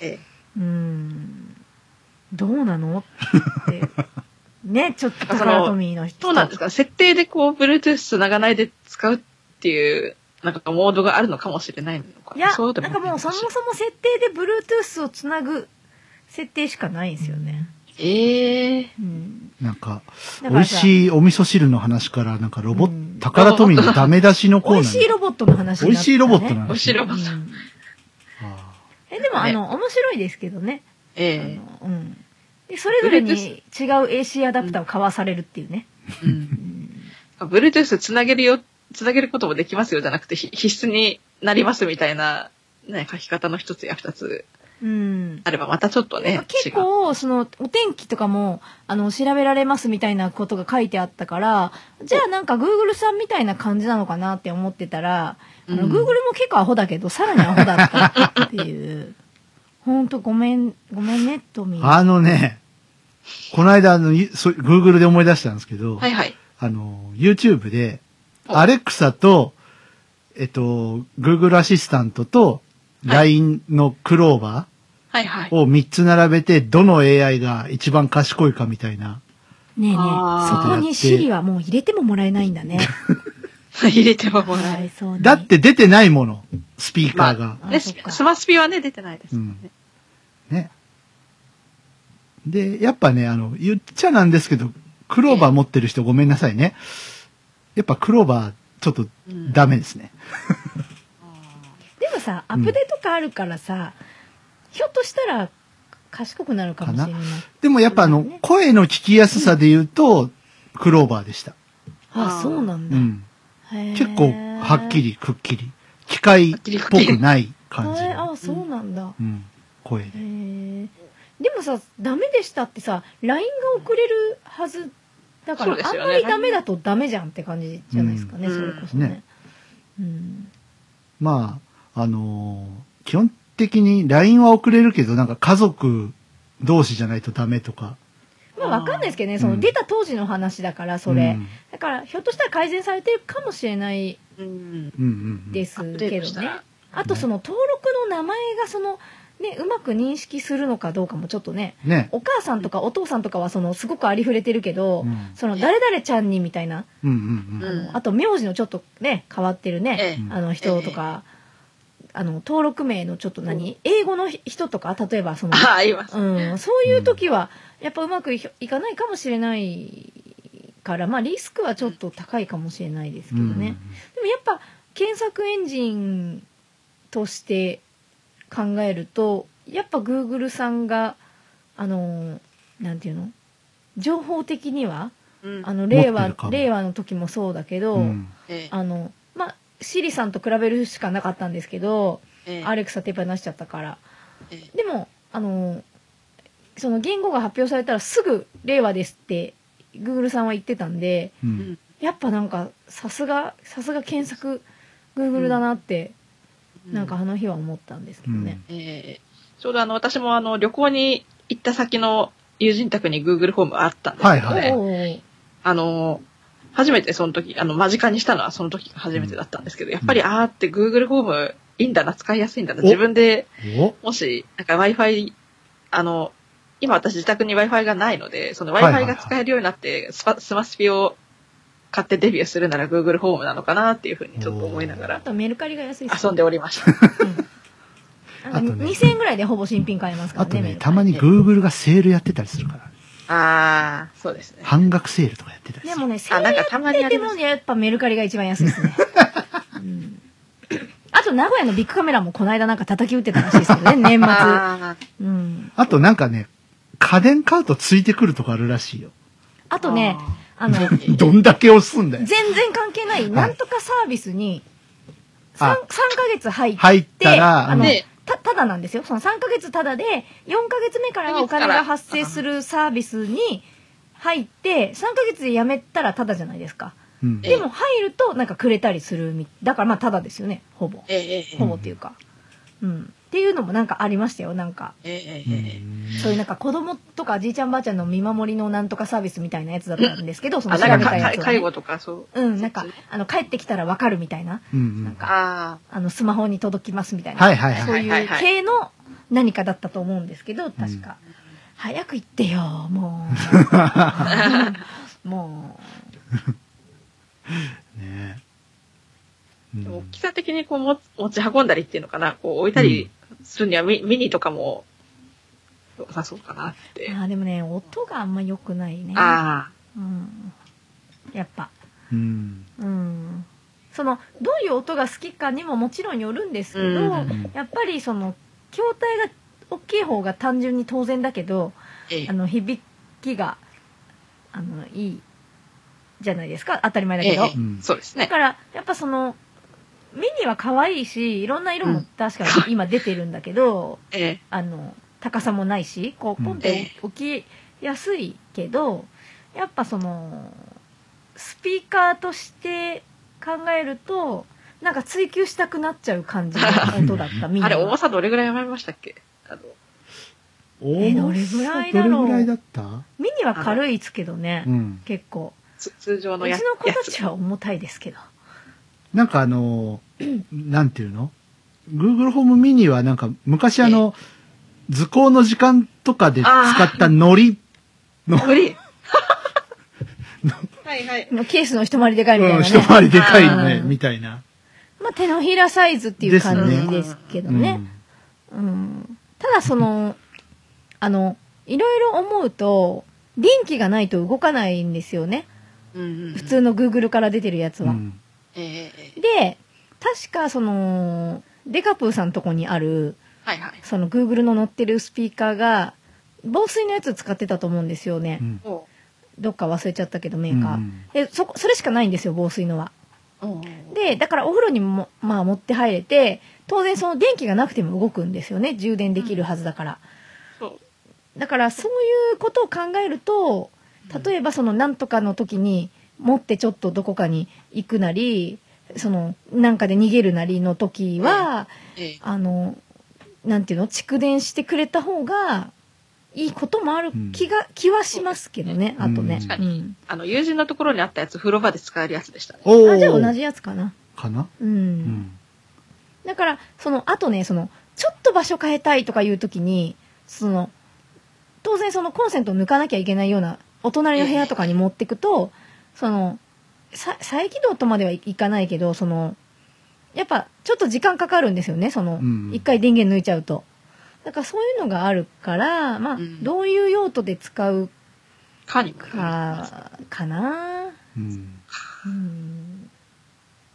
S2: え
S3: うーん、どうなのって。ね、ちょっと
S2: なんかそ
S3: タ
S2: の
S3: カラトミーの人。
S2: そうなんですか設定でこう、Bluetooth 繋がないで使うっていう、なんかモードがあるのかもしれないのか。
S3: いや、
S2: そうで
S3: なんかもうそもそ
S2: な
S3: も設定で Bluetooth をつなぐ設定しかないんですよね。
S2: いええ
S3: うん。
S1: なんか、美
S3: だから
S1: 味
S3: さ
S1: しいお味噌汁の話から、なんかロボ
S3: う
S1: ッ
S3: ん
S1: ト、宝富のダメ出しのコー
S3: 美
S1: ナー
S3: 味
S1: に。
S3: しいロボットの話に
S1: 美味
S3: なった、ね。
S1: しいロボットの
S2: 美味しい
S1: 話。
S2: ロボット。
S3: うん
S1: あ
S3: え、でもあの、面白いですけどね。あ
S2: え
S3: のうん。で、それぞれに違う AC アダプターを買わされるっていうね。
S2: えうん。Bluetooth つなげるよ、つなげることもできますよじゃなくて、ひ必須になりますみたいな、ね、書き方の一つや二つ
S3: うん。
S2: あれば、またちょっとね、
S3: 結
S2: 違う。
S3: 構そのお天気とかもあの調べられますみたいなことが書いてあったからじゃあなんか Google さんみたいな感じなのかなって思ってたら、あ
S2: う
S3: の
S2: ん
S3: Google も結構アホだけどさらにアホだったっていうほんとごめんごめんねトミ
S1: ー
S3: ー
S1: あのね、この間、あの、ゆそう Google で思い出したんですけど、
S2: はいはい。
S1: あの、YouTube で、
S2: お
S1: アレクサと、えっと、Google アシスタントと、
S2: はい
S1: LINE のクローバ
S2: はいはい
S1: ー。を3つ並べて、どの AI が一番賢いかみたいな。
S3: ねえねえ
S2: あ
S3: そ
S1: ー
S3: こに Siri はもう入れてももらえないんだね
S2: 入れてはもら
S3: は
S2: え
S3: い、そうね
S1: だっ、て出てないもの、スピーカーが。
S3: あ
S2: る。ね、
S3: そっか
S2: スマスピはね、出てないですもんね。
S1: ね。で、やっぱね、あの、言っちゃなんですけど、クローバー持ってる人ごめんなさいね。やっぱクローバー、ちょっと
S2: うん
S1: ダメですね。
S3: でもさ、ア
S1: うん
S3: ップデートがあるからさ、ひょっとしたら、賢くなるかもしれない
S1: か。でもやっぱあの、声の聞きやすさで言うと、クローバーでした。
S3: あ、そうなん
S1: う
S3: だ。
S1: ん。
S3: へー
S1: 結構、はっき。り、くっきり。機械っぽくない感じ
S3: へー
S1: の。
S3: あ、そうなんだ。
S1: うん。声で
S3: へ。ーでもさ、ダメでしたってさ、LINE が送れるはずだか
S2: そうで
S3: ら、あ
S2: す
S3: ん
S2: よね
S3: まりダメだとダメじゃんって感じじゃないですかね、
S2: うん
S3: それこそね
S1: ね。
S3: うん。
S1: まあ、あのー基本的に LINE は送れるけど、なんか家族同士じゃないとダメとか。
S3: まあわかんないですけどね、
S1: うん
S3: その出た当時の話だから、それ。だから、ひょっとしたら改善されてるかもしれない
S2: うん。うん。
S1: うん。うんうんうん。
S3: です
S2: アップデ
S3: け
S2: ートした
S3: どね
S2: ら。。
S3: あとその登録の名前がその、ね、うまく認識するのかどうかもちょっとね、
S1: ね。
S3: お母さんとかお父さんとかはそのすごくありふれてるけど、
S1: うん
S3: その誰々ちゃんにみたいな、
S1: うんうんうん。
S2: うん
S3: あと名字のちょっとね、変わってるね、
S2: ええ。
S1: うん
S3: あの人とか、あの、登録名のちょっと何、英語の人とか、例えばその、
S2: ああ、います。
S3: うん、そういう時は、やっぱうまくいいかないかもしれないから、まあリスクはちょっと高いかもしれないですけどね。でもやっぱ検索エンジンとして考えるとやっぱ Google さんがあのなんていうの情報的には
S2: うん
S3: あの
S1: 持っ
S3: 令
S1: て
S3: 和
S1: るかも
S3: 令和の時もそうだけど、
S1: うんうん
S2: ええ
S3: あのまあシリさんと比べるしかなかったんですけど、
S2: ええ
S3: アレクサ手放しちゃったから
S2: ええ
S3: でもあのその言語が発表されたらすぐ「令和です」って Google さんは言ってたんで、
S1: う
S2: うん
S1: ん。
S3: やっぱなんかさすがさすが検索 Google だなって、なんかあの日は思ったんですけどね、
S2: えーちょうどあの、私もあの、旅行に行った先の友人宅に Google フォームあったんですけどね、
S1: はい
S3: おうおうおう
S2: あの、初めてその時、あの、間近にしたのはその時が初めてだったんですけど、やっぱり、あーって Google フォームいいんだな、使いやすいんだ
S1: お
S2: な、自分で、
S1: お
S2: もし、なんか Wi-Fi、あの、今私自宅に Wi-Fi がないので、その
S1: はいはいはい
S2: Wi-Fi が使えるようになって、スパスマスピを買ってデビューするなら Google フォームなのかなっていうふうにちょっと思いなが
S3: あ
S2: ら
S3: とメルカリが安い
S2: 遊んでおりました。
S3: うんな
S1: あ
S3: ん
S1: と
S3: か
S1: ね
S3: 2000円ぐらいでほぼ新品買えますか
S1: あ
S3: ら
S1: と
S3: ねメ
S1: ね、
S3: ルカ
S1: た
S3: リ
S1: まに Google がセールやってたりするから。
S2: ああ、そうですね。
S1: 半額セールとかやってたり
S3: ですも
S1: る。
S3: ねセー
S2: あ、
S3: ルや
S2: なん
S3: っ
S2: かたまに
S3: て
S2: あ
S3: て
S2: り
S3: も
S2: ます。
S3: ねやっぱメルカリが一番安いですね、うんあと名古屋のビッグカメラもこの間なんか叩き打ってたらしいですけどね年末、
S2: あー
S3: うん、
S1: あとなんかね、家電買うとついてくるとかあるらしいよ。
S3: あとねあの
S1: どんだけ押すんだよ。
S3: 全然関係ない、なんとかサービスに 3,
S1: あ
S3: 3ヶ月入って
S1: 入ったら、
S3: あ
S1: あ
S3: の
S1: の、
S2: で
S3: たただなんですよその3ヶ月ただで4ヶ月目からはお金が発生するサービスに入って3ヶ月でやめたらただじゃないですか
S1: うん
S2: え
S3: でも入るとなんかくれたりするみだからまあただですよねほぼ
S2: ええええ
S3: ほぼっていうかうんっていうのもなんかありましたよなんか
S2: えええ
S1: う
S2: えええ
S1: ん
S3: そういうなんか子供とかじいちゃんばあちゃんの見守りのなんとかサービスみたいなやつだったんですけどその
S2: あ、
S3: 調べ
S2: なんか
S3: た
S2: か
S3: や
S2: 介
S3: つを
S2: 介
S3: ね
S2: 護とかそう。
S3: うんなんかあの帰ってきたらわかるみたいな
S1: うんうん
S3: なんか
S2: あ
S3: あのスマホに届きますみたいな
S1: はいはい
S3: そ
S1: は
S3: う
S1: い。
S3: いう系の何かだったと思うんですけど、確か。早く行ってよ、もう。も
S1: ね
S2: あ、でも大
S1: う
S2: きさ的にこう持持ち運んだりっていうのかな、こう置いたりするにはミ,、ミニとかも良さそうかなって
S3: う。。まあでもね、音があんま良くないね。
S2: あ
S3: うん、やっぱ。
S1: ん。
S3: うん。その、どういう音が好きかにももちろんよるんですけど、
S2: うん
S3: やっぱりその、筐体が大きい方が単純に当然だけど、
S2: あ、ええ
S3: あの、響きが、あの、いいじゃないですか。当たり前だ
S2: え
S3: け
S2: え
S3: ど。
S1: うん
S2: そうです
S3: だ
S2: ね。
S3: からやっぱそのミニは可愛いしいろんな色
S2: う
S3: も
S2: ん
S3: 確かに今出てるんだけど、
S2: ええ
S3: あの高さもないしこうポンって置きやすいけど、やっぱそのスピーカーとして考えるとなんか追求したくなっちゃう感じの音だったミニ
S2: あれ、重
S3: は
S2: さどれぐらいありましたっけあの
S1: え
S3: どれぐらいだろう
S1: どれぐらいだった
S3: ミニは軽いですけどね、
S1: うん。
S3: 結構
S2: つ通常の
S3: うちの
S2: やや
S3: 子た
S2: つ。
S3: ちは重たいですけど
S1: なんかあのー、なんていうの ?Google ホームミニはなんか昔あの、図工の時 間とかで使った糊の、
S2: 無理。はいはい。
S3: もうケースの一回りでかいみたい
S1: うん、
S3: なね。
S1: 一回りでかいね、
S3: うん
S1: みたいな。
S3: まあ、手のひらサイズっていう感
S1: です
S3: じ
S1: ね
S3: ですけど
S1: うん
S3: ね。うんただ その、あの、いろいろ思うと、電気がないと動かないんですよね。
S2: うんうん。
S3: 普通の Google から出てるやつ
S1: う
S3: は。
S1: ん。
S2: ええええ
S3: で、確かその、デカプーさんとこにある、
S2: はいはい。
S3: その Google の載ってるスピーカーが、防水のやつ使ってたと思うんですよね
S1: う。ん
S2: おう
S3: どっか忘れちゃったけど、メーカー。
S1: うん
S3: で、そこ、それしかないんですよ、防水のは。
S2: おう
S3: で、だからお風呂にも、まあ持って入れて、当然その電気がなくても動くんですよね。充電できるはずだから。
S2: そう。
S3: だからそういうことを考えると、例えばそのなんとかの時に持ってちょっとどこかに行くなり、そのなんかで逃げるなりの時は、
S2: ええ
S3: あの、なんていうの、蓄電してくれた方がいいこともある気が、気はしますけどね、
S1: うん
S3: あとね。
S1: 確
S2: か
S3: う
S2: に
S3: ん。
S2: あの、友人のところにあったやつ、風呂場で使えるやつでしたね。
S1: おー
S3: あ、じゃあ同じやつかな。
S1: かな
S3: うん。
S1: うん。
S3: だから、その、あとね、その、ちょっと場所変えたいとかいう時に、その、当然そのコンセントを抜かなきゃいけないような、お隣の部屋とかに持ってくと、その、さ再起動とまではいいかないけど、その、やっぱ、ちょっと時間かかるんですよね、その
S1: う、ん
S3: 一、回電源抜いちゃうと。だからそういうのがあるから、まあ、
S2: うん
S3: どういう用途で使う
S2: カニク。
S3: か、かな
S1: うん。
S3: うん。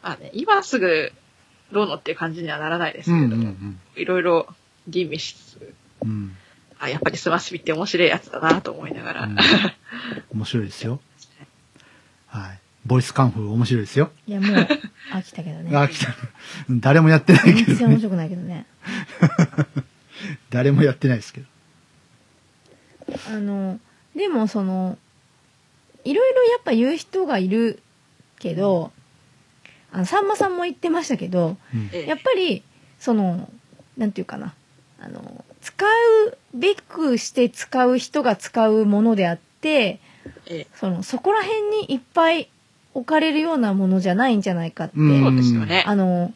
S2: まあね、今すぐどうのっていう感じにはならないです
S1: う
S2: け
S1: ん
S2: れ
S1: う
S2: ど、
S1: ん
S2: いろいろ吟味しつつ、
S1: うん。うん。
S2: あ、やっぱりスマスビって面白いやつだなと思いながら。
S1: うん面白いですよ。はい。ボイスカンフー面白いですよ。
S3: いや、もう、飽きたけど ね。
S1: あ、来た。うん誰もやってないけ
S3: 全
S1: ど
S3: 然面
S1: ね。
S3: 白くないけどね。
S1: 誰もやってないですけど。
S3: あの、でもその、いろいろやっぱ言う人がいるけど、あの、さんまさんも言ってましたけど、
S1: うん
S2: ええ
S3: やっぱり、その、なんていうかな、あの、使うべくして使う人が使うものであって、
S2: ええ
S3: その、そこら辺にいっぱい置かれるようなものじゃないんじゃないかって、
S1: うん
S2: そうですよね。
S3: あの、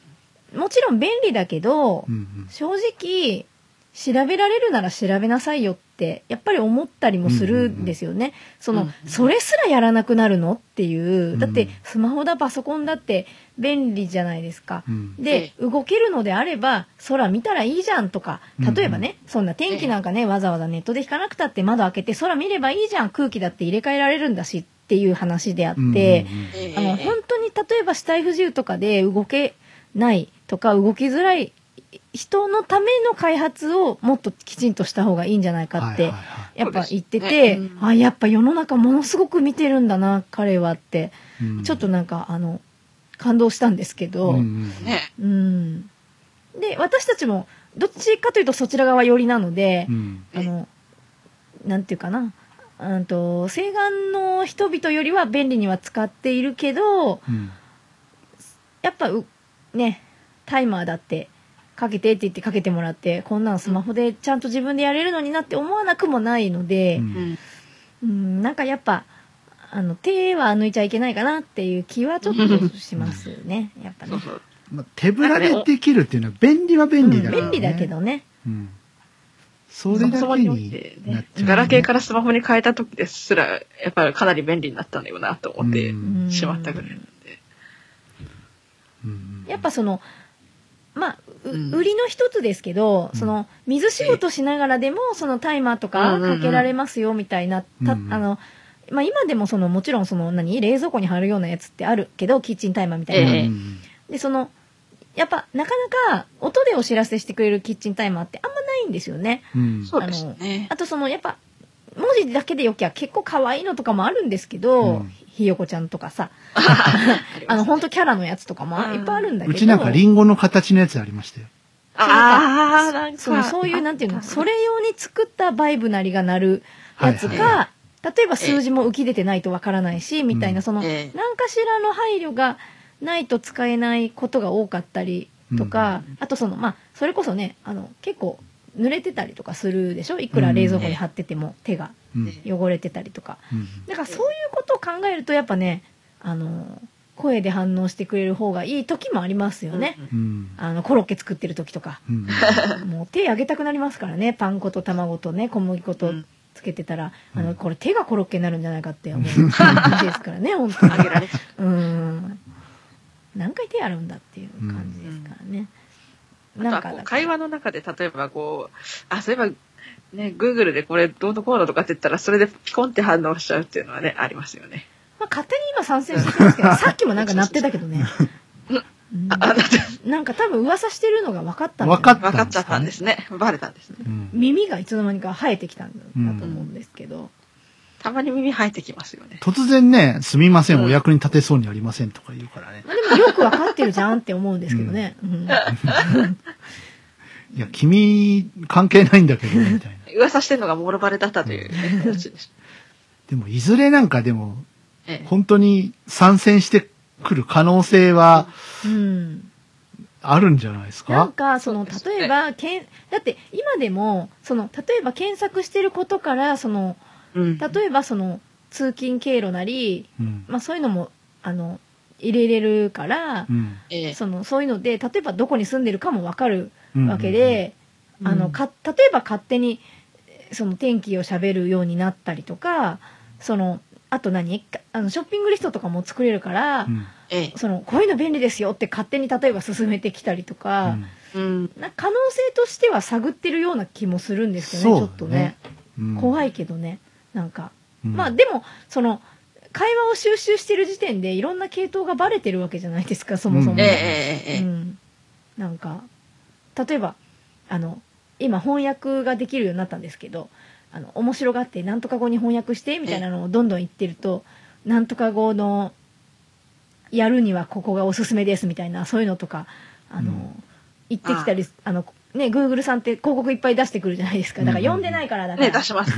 S3: もちろん便利だけど、
S1: うんうん。
S3: 正直調べられるなら調べなさいよってやっぱり思ったりもするんですよね。その、
S2: うん
S3: それすらやらなくなるのっていうだっ
S1: うん
S3: てスマホだパソコンだって便利じゃないですか。
S1: うん。
S3: で、動けるのであれば、空見たらいいじゃんとか、例えばね、そんな天気なんかね、わざわざネットで引かなくたって窓開けて空見ればいいじゃん、空気だって入れ替えられるんだしっていう話であって、
S1: うんうんうん
S2: ええ
S3: あの本当に例えば死体不自由とかで動けないとか動きづらい人のための開発をもっときちんとした方がいいんじゃないかっ
S1: はい
S3: て
S1: はいは
S3: やっぱ言って
S2: そうで
S3: て、
S2: すねうん
S3: あやっぱ世の中ものすごく見てるんだな彼はって、
S1: いうん
S3: ちょっとなんかあの感動したんですけど、
S1: う
S3: うん
S1: うんん
S2: ね。
S3: で私たちもどっちかというとそちら側寄りなので
S1: う、ん
S3: あのなんていうかなうんと西岸の人々よりは便利には使っているけど
S1: うん
S3: やっぱうねタイマーだってかけてって言ってかけてもらってこんなのスマホでちゃんと自分でやれるのになって思わなくもないので
S1: う、
S2: うんん。
S3: うん、なんかやっぱあの手は抜いちゃいけないかなっていう気はちょっとしますねやっぱね
S2: そう。そう。
S1: まあ手ぶらでできるっていうのは便利は便利だけど、
S3: うん便利だけどね
S1: うん。それだけになっちゃう、
S2: ガラケーからスマホに変えた時ですら、やっぱりかなり便利になったんだよなと思って
S1: うん
S3: うん
S2: しまったぐらいなんで。
S1: うん
S3: やっぱそのまあ、う
S2: うん
S3: 売りの一つですけど、その水仕事しながらでもそのタイマーとか
S2: うんうんう
S3: か
S2: ん
S3: けられますよみたいな、た
S1: うんうん
S3: あのまあ、今でもそのもちろんその何冷蔵庫に貼るようなやつってあるけどキッチンタイマーみたいな、
S2: ええ
S1: うん
S3: でそのやっぱなかなか音でお知らせしてくれるキッチンタイマーってあんまないんですよね
S1: うん
S2: そうでしたね。
S3: あとそのやっぱ文字だけでよきゃ結構可愛いのとかもあるんですけど、
S1: うん
S3: ひよこちゃんとかさ
S2: ります
S3: あの本当キャラのやつとかも
S2: うん
S3: いっぱいあるんだけ
S1: う
S3: ど
S1: ちなんかリンゴの形のやつありましたよ。
S2: ああ、なんか。
S3: そのそういう、なんていうの、それ用に作ったバイブなりが鳴るやつ
S1: はい
S3: が、例えば数字も浮き出てないとわからないし、みたいな、その、
S2: ええ
S3: 何かしらの配慮がないと使えないことが多かったりとか、あとその、まあ、それこそね、あの、結構濡れてたりとかするでしょいくら冷蔵庫に貼ってても手が
S1: うん
S2: え
S3: 汚れてたりとか。
S1: うん
S3: だからそういうことを考えると、やっぱね、あの、声で反応してくれる方がいい時もありますよね。
S1: うん
S3: あの、コロッケ作ってる時とか。
S1: うん
S3: もう手あげたくなりますからね。パン粉と卵とね、小麦粉と
S2: うん
S3: つけてたら、あの、これ手がコロッケになるんじゃないかって 思う。ですからね、本当に。
S2: あげら れちゃ
S3: うん。何回手やるんだっていう感じですからね。
S2: う。あとはこう会話の中で、例えばこう、あ、そういえば、ね、Google でこれどうのこうのとかって言ったら、それでピコンって反応しちゃうっていうのはね、ありますよね。
S3: まあ、勝手に今参戦してきます けど、さっきもなんか鳴ってたけどね。うん
S2: あ、 あなた、
S3: なんか多分噂してるのが分かったんだよ
S1: 分かっ
S2: 分か
S1: た
S2: っちゃったんですね。バレたんですね。
S1: うん
S3: 耳がいつの間にか生えてきたんだと思うんですけど、
S2: たまに耳生えてきますよね。
S1: 突然ね、すみませ、
S2: うんん
S1: お役に立てそうにありませんとか言うからね。
S3: まあ、でもよく分かってるじゃんって思うんですけどね。 うん
S1: いや、君、関係ないんだけど、みたいな。
S2: 噂してんのがモロバレだったというね形でし
S1: でも、いずれなんかでも、
S2: た。ええ
S1: 本当に参戦してくる可能性は
S3: うん
S1: あるんじゃないです
S3: なん
S1: か
S3: か、そ
S2: そう
S3: の、
S2: ですね
S3: 例えば、けん、だって今でも、その、例えば検索してることから、その、
S2: うん
S3: 例えばその、通勤経路なり、
S1: うん。
S3: まあそういうのも、あの、入れれるから
S1: う、ん
S2: ええ
S3: その、そういうので、例えばどこに住んでるかもわかる
S1: うん
S3: わけで、
S2: うん
S3: あ
S2: う
S3: の、
S2: ん
S3: か、例えば勝手に、その天気を喋るようになったりとか、その、あと何かあの、ショッピングリストとかも作れるから、
S1: うん
S2: ええ
S3: その、こういうの便利ですよって勝手に例えば進めてきたりとか、
S2: うん。
S3: な可能性としては探ってるような気もするんですけどね、ちょっとね。怖いけどね、なんか。まあ、でも、その、会話を収集してる時点でいろんな系統がバレてるわけじゃないですか、そもそも。
S1: うん
S2: ええええええ。
S3: うんなんか、例えば、あの、今翻訳ができるようになったんですけど、あの、面白がって、なんとか語に翻訳して、みたいなのをどんどん言ってると、なんとか語の、やるにはここがおすすめです、みたいな、そういうのとか、あの、
S1: うん
S3: 言ってきたり、あの、ね、Google さんって広告いっぱい出してくるじゃないですか。だから読んでないからだから、
S2: ね、出します。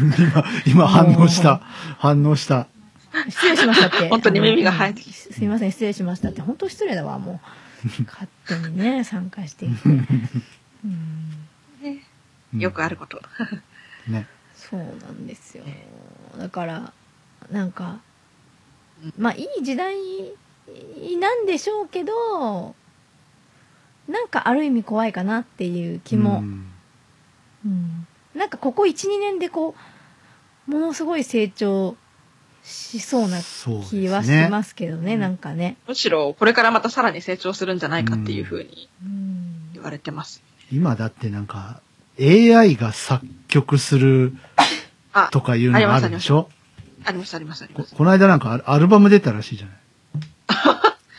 S1: 今、今反応した。反応した。
S3: 失礼しましたっ て。
S2: 本当に耳が生えてきて
S3: あのすいません、失礼しましたって。本当失礼だわ、もう。勝手にね、参 加していて。うん
S2: ね
S1: うん
S2: よくあること。
S1: ね。
S3: そうなんですよ。だから、なんか、まあいい時代なんでしょうけど、なんかある意味怖いかなっていう気も、
S1: うん
S3: うんなんかここ1、2年でこう、ものすごい成長しそうな
S1: そうですね
S3: 気はしますけどね、なんかね。
S2: むしろ、これからまたさらに成長するんじゃないかっていうふうに
S3: うん
S2: 言われてます。
S1: 今だってなんか、AI が作曲する
S2: あ、
S1: とかいうのがあるでしょ
S2: ありますありますありま
S1: こ
S2: す。
S1: この間なんかアルアルバム出たらしいじゃ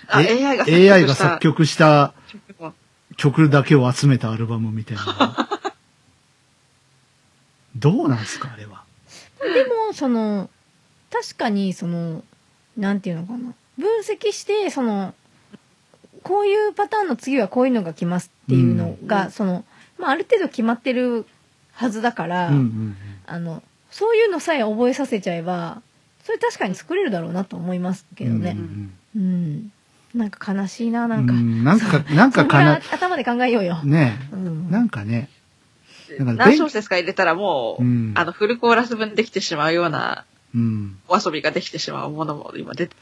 S2: あ、
S1: ないえ
S2: AI が
S1: AI が作曲した
S2: 曲も。
S1: 曲だけを集めたアルバムみたいなのが。どうなんすかあれは。
S3: でも、その、確かに、その、なんていうのかな。分析して、その、こういうパターンの次はこういうのが来ますっていうのが、
S2: うん
S3: その、まあ、ある程度決まってるはずだから、
S1: うんうん
S3: あの、そういうのさえ覚えさせちゃえば、それ確かに作れるだろうなと思いますけ
S1: うん。
S3: ど
S1: う
S3: ね
S1: んう。ん
S3: うん。なんか悲しいな、
S1: う
S3: なんか。
S1: ん。なんか、なん
S3: そ
S1: か
S3: ん
S1: か
S3: な
S1: な、
S3: 頭で考えようよ。
S1: ね
S3: うん。
S1: なんかね、なんか
S2: 何小節か入れたらもう、
S1: うん
S2: あの、フルコーラス分できてしまうような、
S1: うん。
S2: お遊びができてしまうものも今出て、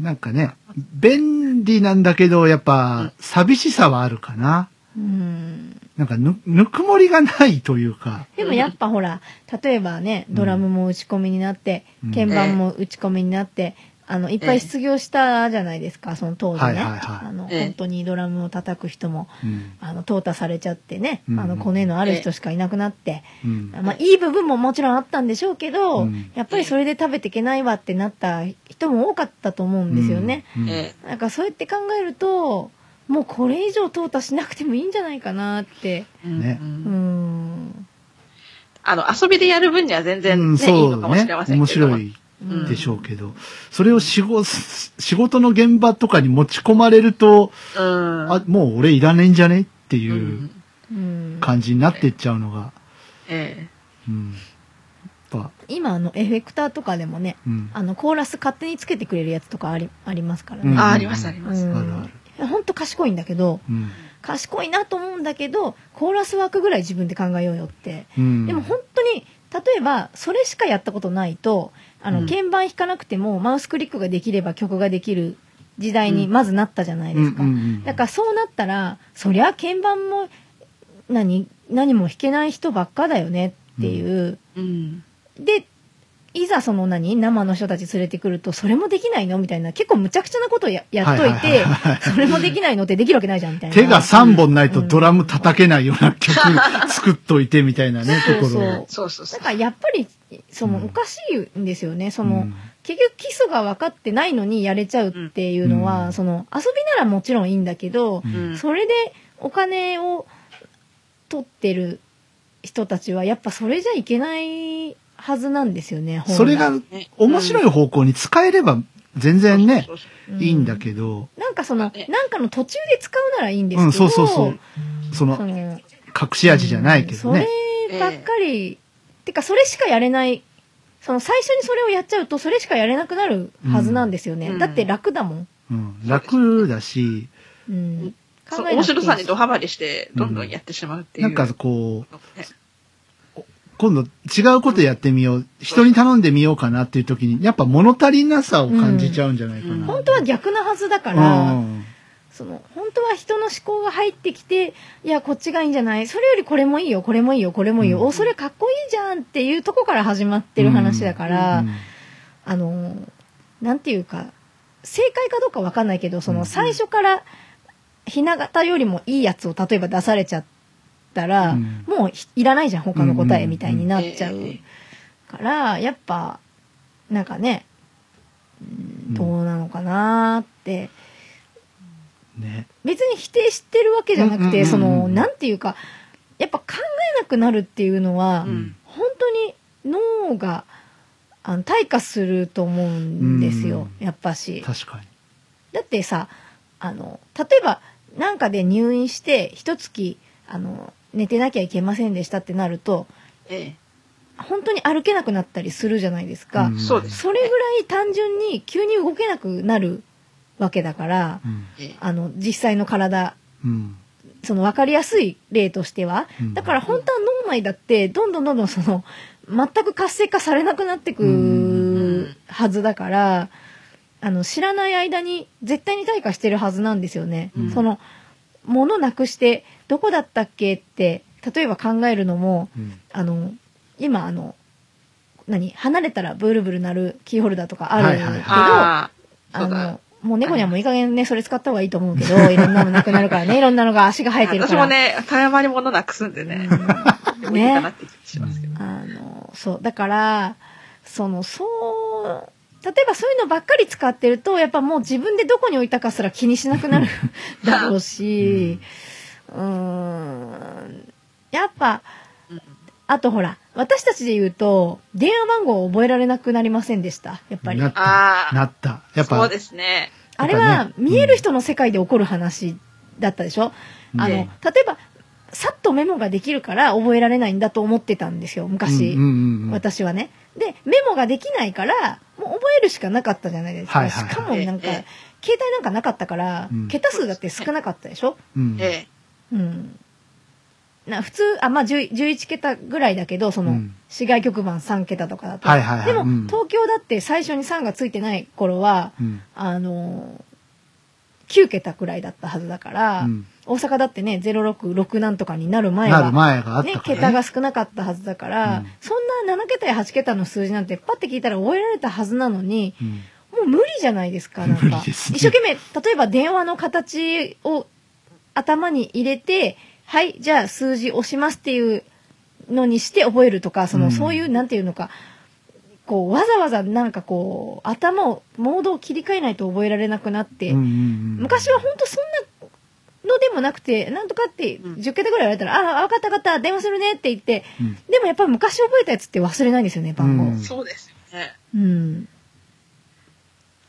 S1: なんかね、便利なんだけど、やっぱ、寂しさはあるかな。
S3: うん。
S1: なんかぬ、ぬくもりがないというか。
S3: でもやっぱほら、例えばね、ドラムも打ち込みになって、
S1: うん
S3: 鍵盤も打ち込みになって、あの、いっぱい失業したじゃないですか、その当時ね。
S1: はいはいはい
S3: あの、
S2: ええ
S3: 本当にドラムを叩く人も、
S1: うん。
S3: あの、淘汰されちゃってね、
S1: うん
S3: あの、コネのある人しかいなくなって、
S1: うん。
S3: まあ、いい部分ももちろんあったんでしょうけど、
S1: うん
S3: やっぱりそれで食べていけないわってなった人も多かったと思うんですよね。
S1: うん。
S2: え
S3: なんかそうやって考えると、もうこれ以上淘汰しなくてもいいんじゃないかなって、
S2: えうん
S1: ね
S2: うん
S3: うん。
S2: あの、遊びでやる分には全然、ね
S1: うん
S2: いい
S1: そ
S2: のか
S1: う
S2: もし
S1: ね
S2: れま。せん
S1: 面
S2: けど。
S1: 白い
S3: うん
S1: でしょうけど、それを仕事、仕事の現場とかに持ち込まれると、
S2: うん。
S1: あ、もう俺いらねえんじゃねって
S2: う。
S1: いうん
S3: うん
S1: 感じになってっちゃうのが、
S2: え
S1: うん。やっぱ、
S3: 今あのエフェクターとかでもね
S1: うん。
S3: あのコーラス勝手につけてくれるやつとかありありますから
S1: う
S2: え
S1: ん
S3: ね、
S2: あ、ありますあります。
S3: うん
S1: あるある
S3: ほんと賢いんだけど
S1: うん。
S3: 賢いなと思うんだけどコーラスワークぐらい自分で考えようよって
S1: うん。
S3: でも本当に例えばそれしかやったことないとあの
S2: うん
S3: 鍵盤弾かなくてもマウスクリックができれば曲ができる時代にまずなったじゃないですか
S1: うんうんうん
S3: だからそうなったらそりゃ鍵盤も何何も弾けない人ばっかだよねっていう。
S2: うん。
S3: で、いざその何生の人たち連れてくると、それもできないのみたいな、結構むちゃくちゃなことややっとい
S1: はい
S3: て
S1: はいはい、
S3: それもできないのってできるわけないじゃんみたいな。
S1: 手が3本ないとドラム叩けないような 曲作っといてみたいなね、
S3: そう
S1: とこ
S3: そう
S1: ろを。
S2: そうそうそ
S3: だ
S2: う。
S3: からやっぱり、そうの
S1: ん
S3: おかしいんですよね。そうの、
S1: ん
S3: 結局基礎が分かってないのにやれちゃうっていうのは、
S1: うん
S3: その遊びならもちろんいいんだけど
S1: う、ん
S2: ん
S3: それでお金を取ってる人たちはやっぱそれじゃいけないはずなんですよね。本来
S1: それが
S2: ね
S1: 面白い方向に使えれば全然ね
S2: そ、うそう
S1: いいんだけど、
S3: なんかその、
S2: ね
S3: なんかの途中で使うならいいんですけ
S1: う
S3: ど、
S1: ん、そうそうそう。そ
S3: そ
S1: の、
S3: の
S1: 隠し味じゃないけどね。
S3: そればっかり、てかそれしかやれない、その最初にそれをやっちゃうとそれしかやれなくなるはずなんですよね。
S2: うん
S3: だって楽だもん。
S1: うん、楽だし、
S3: うん。
S2: そうそう
S3: 考
S2: 面
S3: えなくていいし
S2: 白さにドハマりして、どんどんやってしまうっていう。
S1: なんかこう、
S2: のね、
S1: 今度違うことやってみよう、人に頼んでみようかなっていう時に、やっぱ物足りなさを感じちゃうんじゃないかな。
S2: うん
S3: 本当は逆なはずだから、その本当は人の思考が入ってきていやこっちがいいんじゃないそれよりこれもいいよこれもいいよこれもいいよ、
S1: うん
S3: おそれかっこいいじゃんっていうとこから始まってる話だから、
S1: うん
S3: あのなんていうか正解かどうかわかんないけどそ
S1: うん
S3: の最初からひな形よりもいいやつを例えば出されちゃったら、
S1: うん
S3: もうひいらないじゃん他の答えみたいになっちゃう
S2: え
S3: から、やっぱなんかね
S1: うん
S3: どうなのかなーって。
S1: ね。
S3: 別に否定してるわけじゃなく
S1: う
S3: て、
S1: んうんうんうん
S3: その、なんていうか、やっぱ考えなくなるっていうのは、
S2: う
S1: うんん
S3: 本当に脳が、あの、退化すると思うんですよ、
S1: うん
S3: やっぱし。
S1: 確かに。
S3: だってさ、あの、例えば、なんかで入院して、一月、あの、寝てなきゃいけませんでしたってなると、
S2: ええ
S3: 本当に歩けなくなったりするじゃないですか。
S1: ん
S2: そうです
S3: それぐらい単純に急に動けなくなるわけだから、
S1: うん
S2: ええ
S3: あの、実際の体
S1: うん
S3: その分かりやすい例としては、
S1: うん
S3: だから本当は脳内だってどんどんどんどんその全く活性化されなくなって
S1: うん
S3: くはずだから、あの知らない間に絶対に退化してるはずなんですよね。
S2: うん
S3: その物なくしてどこだったっけって例えば考えるのも
S1: うん
S3: あの今あの何離れたらブルブル鳴るキーホルダーとかあるけど、
S1: はいはいはい
S2: ああ、そ
S3: あ
S2: うだ
S3: の。もう猫にはもういい加減ね、それ使った方がいいと思うけど、いろんなのなくなるからね、いろんなのが足が生えてるか
S2: 私
S3: ら。
S2: もね、たやまに物なくすんでね。でもいいかなって気がしますけど。
S3: あの、そう、だから、その、そう、例えばそういうのばっかり使ってると、やっぱもう自分でどこに置いたかすら気にしなくなる だろうし、うーん、やっぱ、あとほら、私たちで言うと、電話番号を覚えられなくなりませんでした、やっぱり
S1: な。っ
S2: あ
S1: た。
S2: ー
S1: なった。やっ
S2: そ
S1: ぱ
S2: う、ですね。
S3: あれ
S1: やっ
S3: は
S1: ぱね
S3: 見える人の世界で起こる話だったでしょ、あの、例
S2: ね
S3: えば、さっとメモができるから覚えられないんだと思ってたんですよ、昔。
S1: うんうんうんうん
S3: 私はね。で、メモができないから、もう覚えるしかなかったじゃないですか。
S1: はいはいはい
S3: しかもなんか、
S2: え
S3: 携
S2: え
S3: 帯なんかなかったから、
S1: うん
S3: 桁数だって少なかったでしょ
S1: うん
S2: え
S3: うん。な普通、あ、まあ、10 11桁ぐらいだけど、その、
S1: うん
S3: 市外局番3桁とかだと。
S1: はいはいはい
S3: でも、
S1: うん
S3: 東京だって最初に3がついてない頃は、
S1: うん
S3: あのー、9桁くらいだったはずだから、
S1: うん
S3: 大阪だってね、066なんとかになる前
S1: なる
S3: は、
S1: 前があっ
S3: ね
S1: た、から。
S3: 桁が少なかったはずだから、
S1: うん
S3: そんな7桁や8桁の数字なんてパッて聞いたら覚えられたはずなのに、
S1: うん
S3: もう無理じゃないですか、なんか。
S1: 無理ですね
S3: 一生懸命、例えば電話の形を頭に入れて、はい、じゃあ数字押しますっていうのにして覚えるとか、その、
S1: うん
S3: そういう、なんていうのか、こう、わざわざなんかこう、頭を、モードを切り替えないと覚えられなくなって、
S1: うんうんうん
S3: 昔は本当そんなのでもなくて、なんとかって
S2: うん
S3: 10桁ぐらい言われたら、ああ、わかったわかった、電話するねって言って、
S1: うん
S3: でもやっぱり昔覚えたやつって忘れないんですよね、番号。
S1: うん
S2: えそうですよね。
S3: うん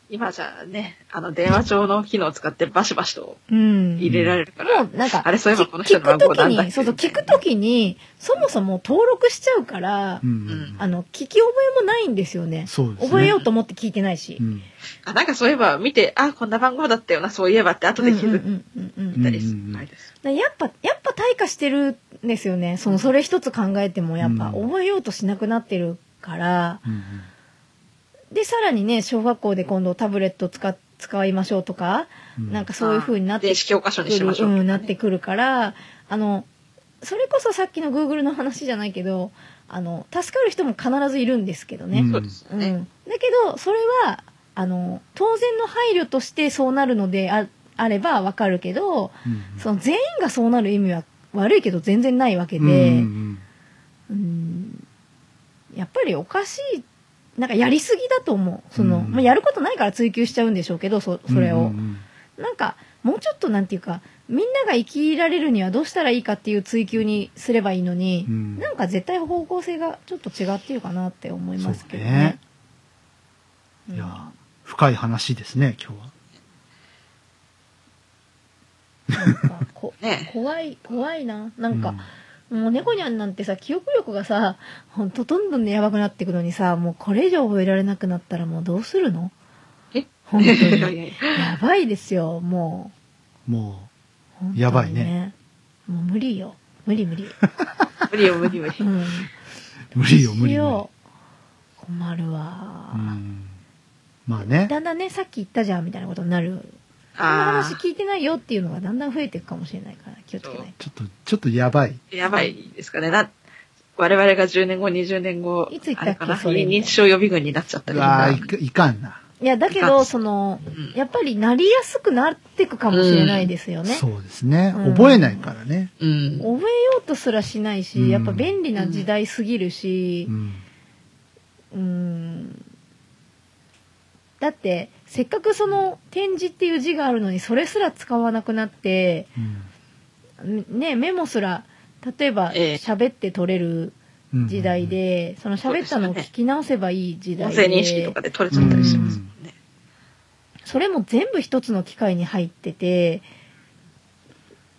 S2: 今じゃね、あの、電話帳の機能を使ってバシバシと
S3: うん
S2: 入れられるから。
S3: もうなんか、
S2: あれそういえば
S3: き
S2: この人の番
S3: 聞
S2: 号
S3: くと
S2: なん
S3: き
S2: だっ
S3: に、
S2: け
S3: そうそう、聞くときに、そもそも登録しちゃうから、
S1: うん
S3: あの、聞き覚えもないんですよね。
S1: そうですね
S3: 覚えようと思って聞いてないし
S1: う。ん
S2: あなんかそういえば見て、あ、こんな番号だったよな、そういえばって後で気づい
S3: うんうんうんうんうん
S2: たりする
S1: うんうんうん
S2: あれです。
S3: だからやっぱ、やっぱ退化してるんですよね。その、それ一つ考えても、やっぱ、
S1: うん
S3: 覚えようとしなくなってるから、
S1: うん
S3: で、さらにね、小学校で今度タブレット使、使いましょうとか、
S1: うん
S3: なんかそういう風になって
S2: 電子教科書にしましょうとかね
S3: ん、なってくるから、あの、それこそさっきの Google の話じゃないけど、あの助かる人も必ずいるんですけどね、
S1: うん
S2: そうです
S3: う
S2: よ
S3: ん
S2: ね。
S3: だけどそれはあの当然の配慮としてそうなるのでああればわかるけど
S1: うん
S3: その全員がそうなる意味は悪いけど全然ないわけ
S1: うんう
S3: で、
S1: ん
S3: うんやっぱりおかしいなんかやりすぎだと思うその、
S1: うん
S3: まあ、やることないから追求しちゃうんでしょうけどそそれを、
S1: うん
S3: なんかもうちょっとなんていうかみんなが生きられるにはどうしたらいいかっていう追求にすればいいのに
S1: う、ん
S3: なんか絶対方向性がちょっと違ってるかなって思いますけど
S1: そうね
S3: ね。
S1: いや、深い話ですね、今日は。
S3: なんかこ
S2: ね
S3: 怖い怖いななんか、もう猫ニャンなんてさ記憶力がさほんとどんどんねやばくなっていくのにさもうこれ以上覚えられなくなったらもうどうするの
S2: え
S3: 本
S2: い
S3: 当
S2: やい
S3: に
S2: やいや
S3: やばいですよも
S1: うんも
S3: う本当に
S1: やばい
S3: もう無理よ無理 無理、
S2: 無理よ、無理無理。
S3: うん、
S1: う、無理よ、無理
S3: し
S1: よ
S3: よ。う困るわ、
S1: うんまあね。
S3: だんだんねさっき言ったじゃんみたいなことになるこんな
S2: あ
S3: 話聞いてないよっていうのがだんだん増えていくかもしれないから気をつけない
S1: ちょっと、ちょっとやばい。
S2: あ、やばいですかね。な、我々が10年後、20年後、
S3: いつ行った
S2: あ
S3: っけ
S2: れかな
S3: それ
S2: 認知症予備軍になっちゃった
S1: う
S2: り
S1: わあい
S2: とか
S1: かいかんな。
S3: いやだけどその
S2: うん
S3: やっぱりなりやすくなっていくかもしれないですよね。
S1: そうですね。
S3: うん
S1: 覚えないからね。
S2: うん。
S3: 覚えようとすらしないし、
S1: うん
S3: やっぱ便利な時代すぎるし
S1: う、ん。
S3: うん、だってせっかくその「展示」っていう字があるのにそれすら使わなくなって、
S1: うん
S3: ね、メモすら例えば
S2: ええ
S3: 喋って取れる
S1: うん
S3: 時代で、その喋ったのを聞き直せばいい時
S2: 音
S3: 代
S2: 声
S3: で、
S2: 認識とかで取れちゃったりしますもんね。
S3: それも全部一つの機械に入ってて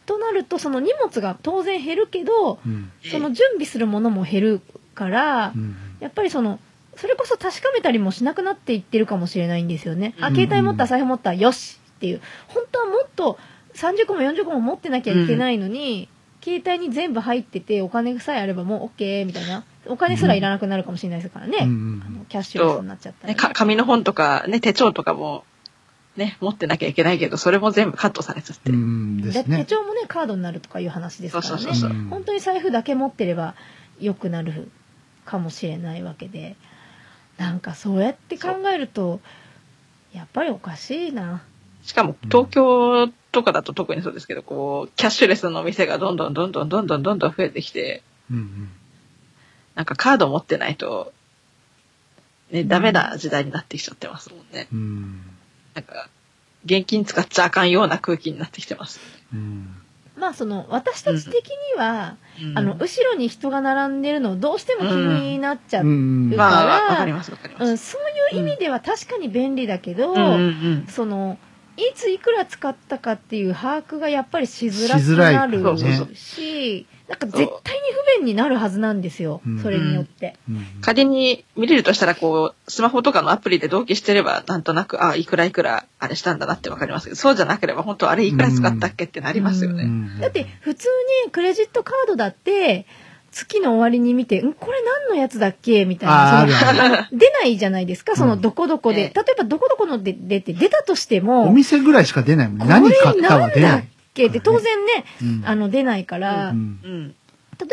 S3: となるとその荷物が当然減るけど
S1: うん。
S3: その準備するものも減るから、
S1: うん
S3: やっぱりそのそれこそ確かめたりもしなくなっていってるかもしれないんですよね。あ
S2: うん
S3: 携帯持った財布持ったよしっていう本当はもっと30個も40個も持ってなきゃいけないのに、携帯に全部入っててお金さえあればもう OK みたいなお金すらいらなくなるかもしれないですからね、
S1: うん
S3: あのキャッシュレスになっちゃったら、
S2: ね、か紙の本とか、ね、手帳とかも、ね、持ってなきゃいけないけど、それも全部カットされちゃっ
S1: う
S2: て。
S1: ん。で
S3: だ
S1: す
S3: 手
S1: ね。
S3: 帳もねカードになるとかいう話ですからね
S2: そうそうそうそう
S1: うん
S3: 本当に財布だけ持ってれば良くなるかもしれないわけでなんかそうやって考えるとやっぱりおかしいな
S2: しかも、東京とかだと特にそうですけど、こう、キャッシュレスのお店がどんどんどんどんどんどんどんどん増えてきて、
S1: うんうん。
S2: なんかカード持ってないと、ね、ダメな時代になってきちゃってますもんね。
S1: うん。
S2: なんか、現金使っちゃあかんような空気になってきてます。
S1: うん。
S3: まあその私たち的には、
S2: うん
S3: あの後ろに人が並んでるのをどうしても気になっちゃう、
S1: う
S3: うん
S1: ん
S3: だ
S2: ま
S3: から
S2: あ、わかりますわかります。
S3: そういう意味では確かに便利だけど、
S2: うんうん
S3: そのいついくら使ったかっていう把握がやっぱりしづら
S1: しづらい
S3: くな
S2: そう
S3: る
S2: そうそう
S3: し、なんか絶対に不便になるはずなんですよ
S1: うん、
S3: それによって。
S1: うん
S2: 仮に見れるとしたら、こう、スマホとかのアプリで同期してれば、なんとなく、あ、いくらいくら、あれしたんだなってわかりますけど、そうじゃなければ、本当あれいくら使ったっけってなりますよ
S1: う
S2: ね。
S1: ん
S3: だって、普通にクレジットカードだって、月の終わりに見て、んこれ何のやつだっけみたい
S1: ああ、あ
S3: な。
S1: る
S3: そ
S1: ある。
S3: の出ないじゃないですか、そうの
S1: ん
S3: どこどこで。
S2: え
S3: 例えばどこどこので出て出たとして
S1: お
S3: も、
S1: 店ぐらいしか出ないもん。
S3: こ
S1: 何
S3: れ
S1: 買った
S3: な
S1: は
S3: ん
S1: 出
S3: だ
S1: な
S3: っ
S1: い。
S3: けって当然ね、
S1: うん
S3: あの出ないから、
S1: うん
S2: うん。
S3: 例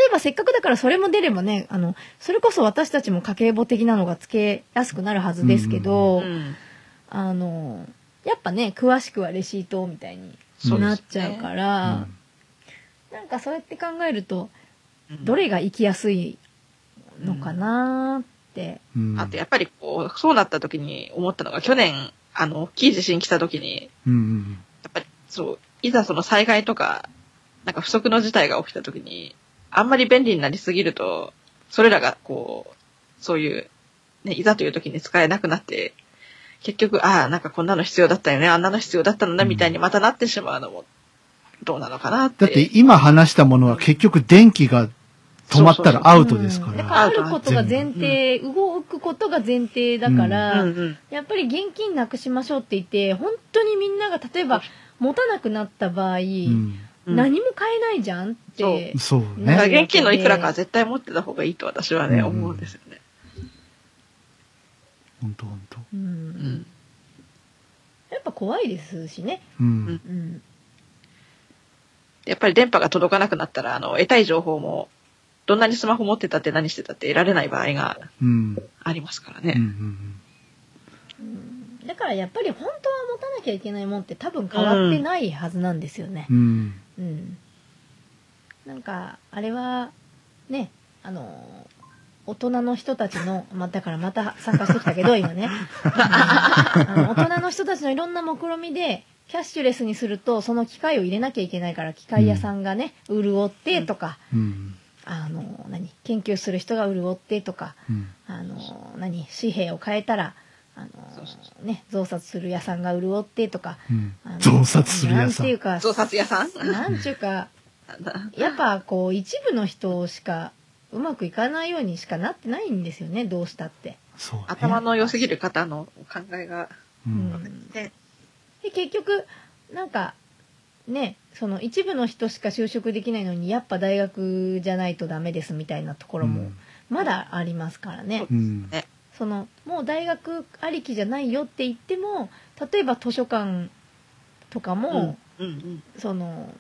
S3: えばせっかくだからそれも出ればねあのそれこそ私たちも家計簿的なのがつけやすくなるはずですけ
S2: う
S3: ど、
S2: ん
S3: あのやっぱね詳しくはレシートみたいに
S1: そうですね
S3: なっちゃうから、なんかそうやって考えるとどれが行きやすいのかなーって、
S1: うん
S2: あと、やっぱり、こう、そうなった時に思ったのが、去年、あの、大きい地震来た時に、
S1: うんうん
S2: やっぱり、そう、いざその災害とか、なんか不測の事態が起きた時に、あんまり便利になりすぎると、それらがこう、そういう、ね、いざという時に使えなくなって、結局、ああ、なんかこんなの必要だったよね、あんなの必要だったのね、
S1: うん
S2: みたいにまたなってしまうのも、どうなのかなって。
S1: だって今話したものは結局電気が止まったらアウトですか
S3: うんだ
S1: ら。
S3: からあることが前提、動くことが前提だから、
S2: うんうん。
S3: やっぱり現金なくしましょうって言って本当にみんなが例えば持たなくなった場
S1: う
S3: 合、
S1: ん
S2: うん
S3: 何も買えないじゃんって
S1: そう
S2: だか
S1: ね。
S2: ら現金のいくらかは絶対持ってた方がいいと私はね、
S1: うん
S2: 思うんですよね。
S1: ほんとほんと。
S3: う、
S2: うんん。
S3: やっぱ怖いですしね、
S1: うん。
S3: うん、
S2: やっぱり電波が届かなくなったら、あの、得たい情報も、どんなにスマホ持ってたって何してたって得られない場合が
S1: うん。
S2: ありますから
S1: うんう
S2: ね。
S1: ん
S3: だからやっぱり本当は持たなきゃいけないもんって多分変わってないはずなんですよね
S1: う。ん。
S3: うん。なんか、あれは、ね、あの、大人の人たちの、ま、だからまた参加してきたけど、今 ね。あのあの大人の人たちのいろんな目論みで、キャッシュレスにすると、その機械を入れなきゃいけないから、機械屋さんがね、潤ってとか、
S1: うん。
S3: あの、何、研究する人が潤ってとか、
S1: うん。
S3: あの何紙幣を変えたらあの
S2: そうそう
S3: ね増刷する屋さんが潤ってとか
S1: うん
S3: あの
S1: 増刷する屋さ
S3: なんてい
S1: ん
S3: う。か
S2: 増刷屋 さん
S3: なんちゅうか
S2: なんだ
S3: やっぱこう一部の人しかうまくいかないようにしかなってないんですよねどうしたって。
S1: そうね。
S2: 頭の良すぎる方のお考えが、
S1: う。
S3: うんん、
S2: ね、
S3: で結局なんかねその一部の人しか就職できないのにやっぱ大学じゃないとダメですみたいなところもまだありますからね。
S1: うん。
S3: そのもう大学ありきじゃないよって言っても例えば図書館とかも、
S2: うんうん
S3: その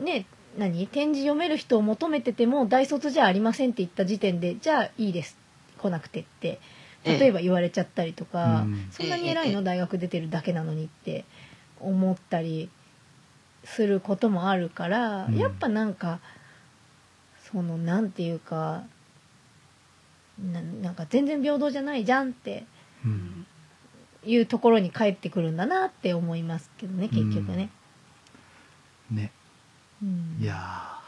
S3: ね何展示読める人を求めてても大卒じゃありませんって言った時点でじゃあいいです来なくてって例えば言われちゃったりとか、
S1: うん
S3: そんなに偉い
S2: え
S3: の大学出てるだけなのにって思ったりすることもあるから、
S1: うん
S3: やっぱなんかそのなんていうかななんか全然平等じゃないじゃんって
S1: う
S2: うんん
S3: いうところに帰ってくるんだなって思いますけどね結局ね。
S1: ね。
S3: うん
S1: いや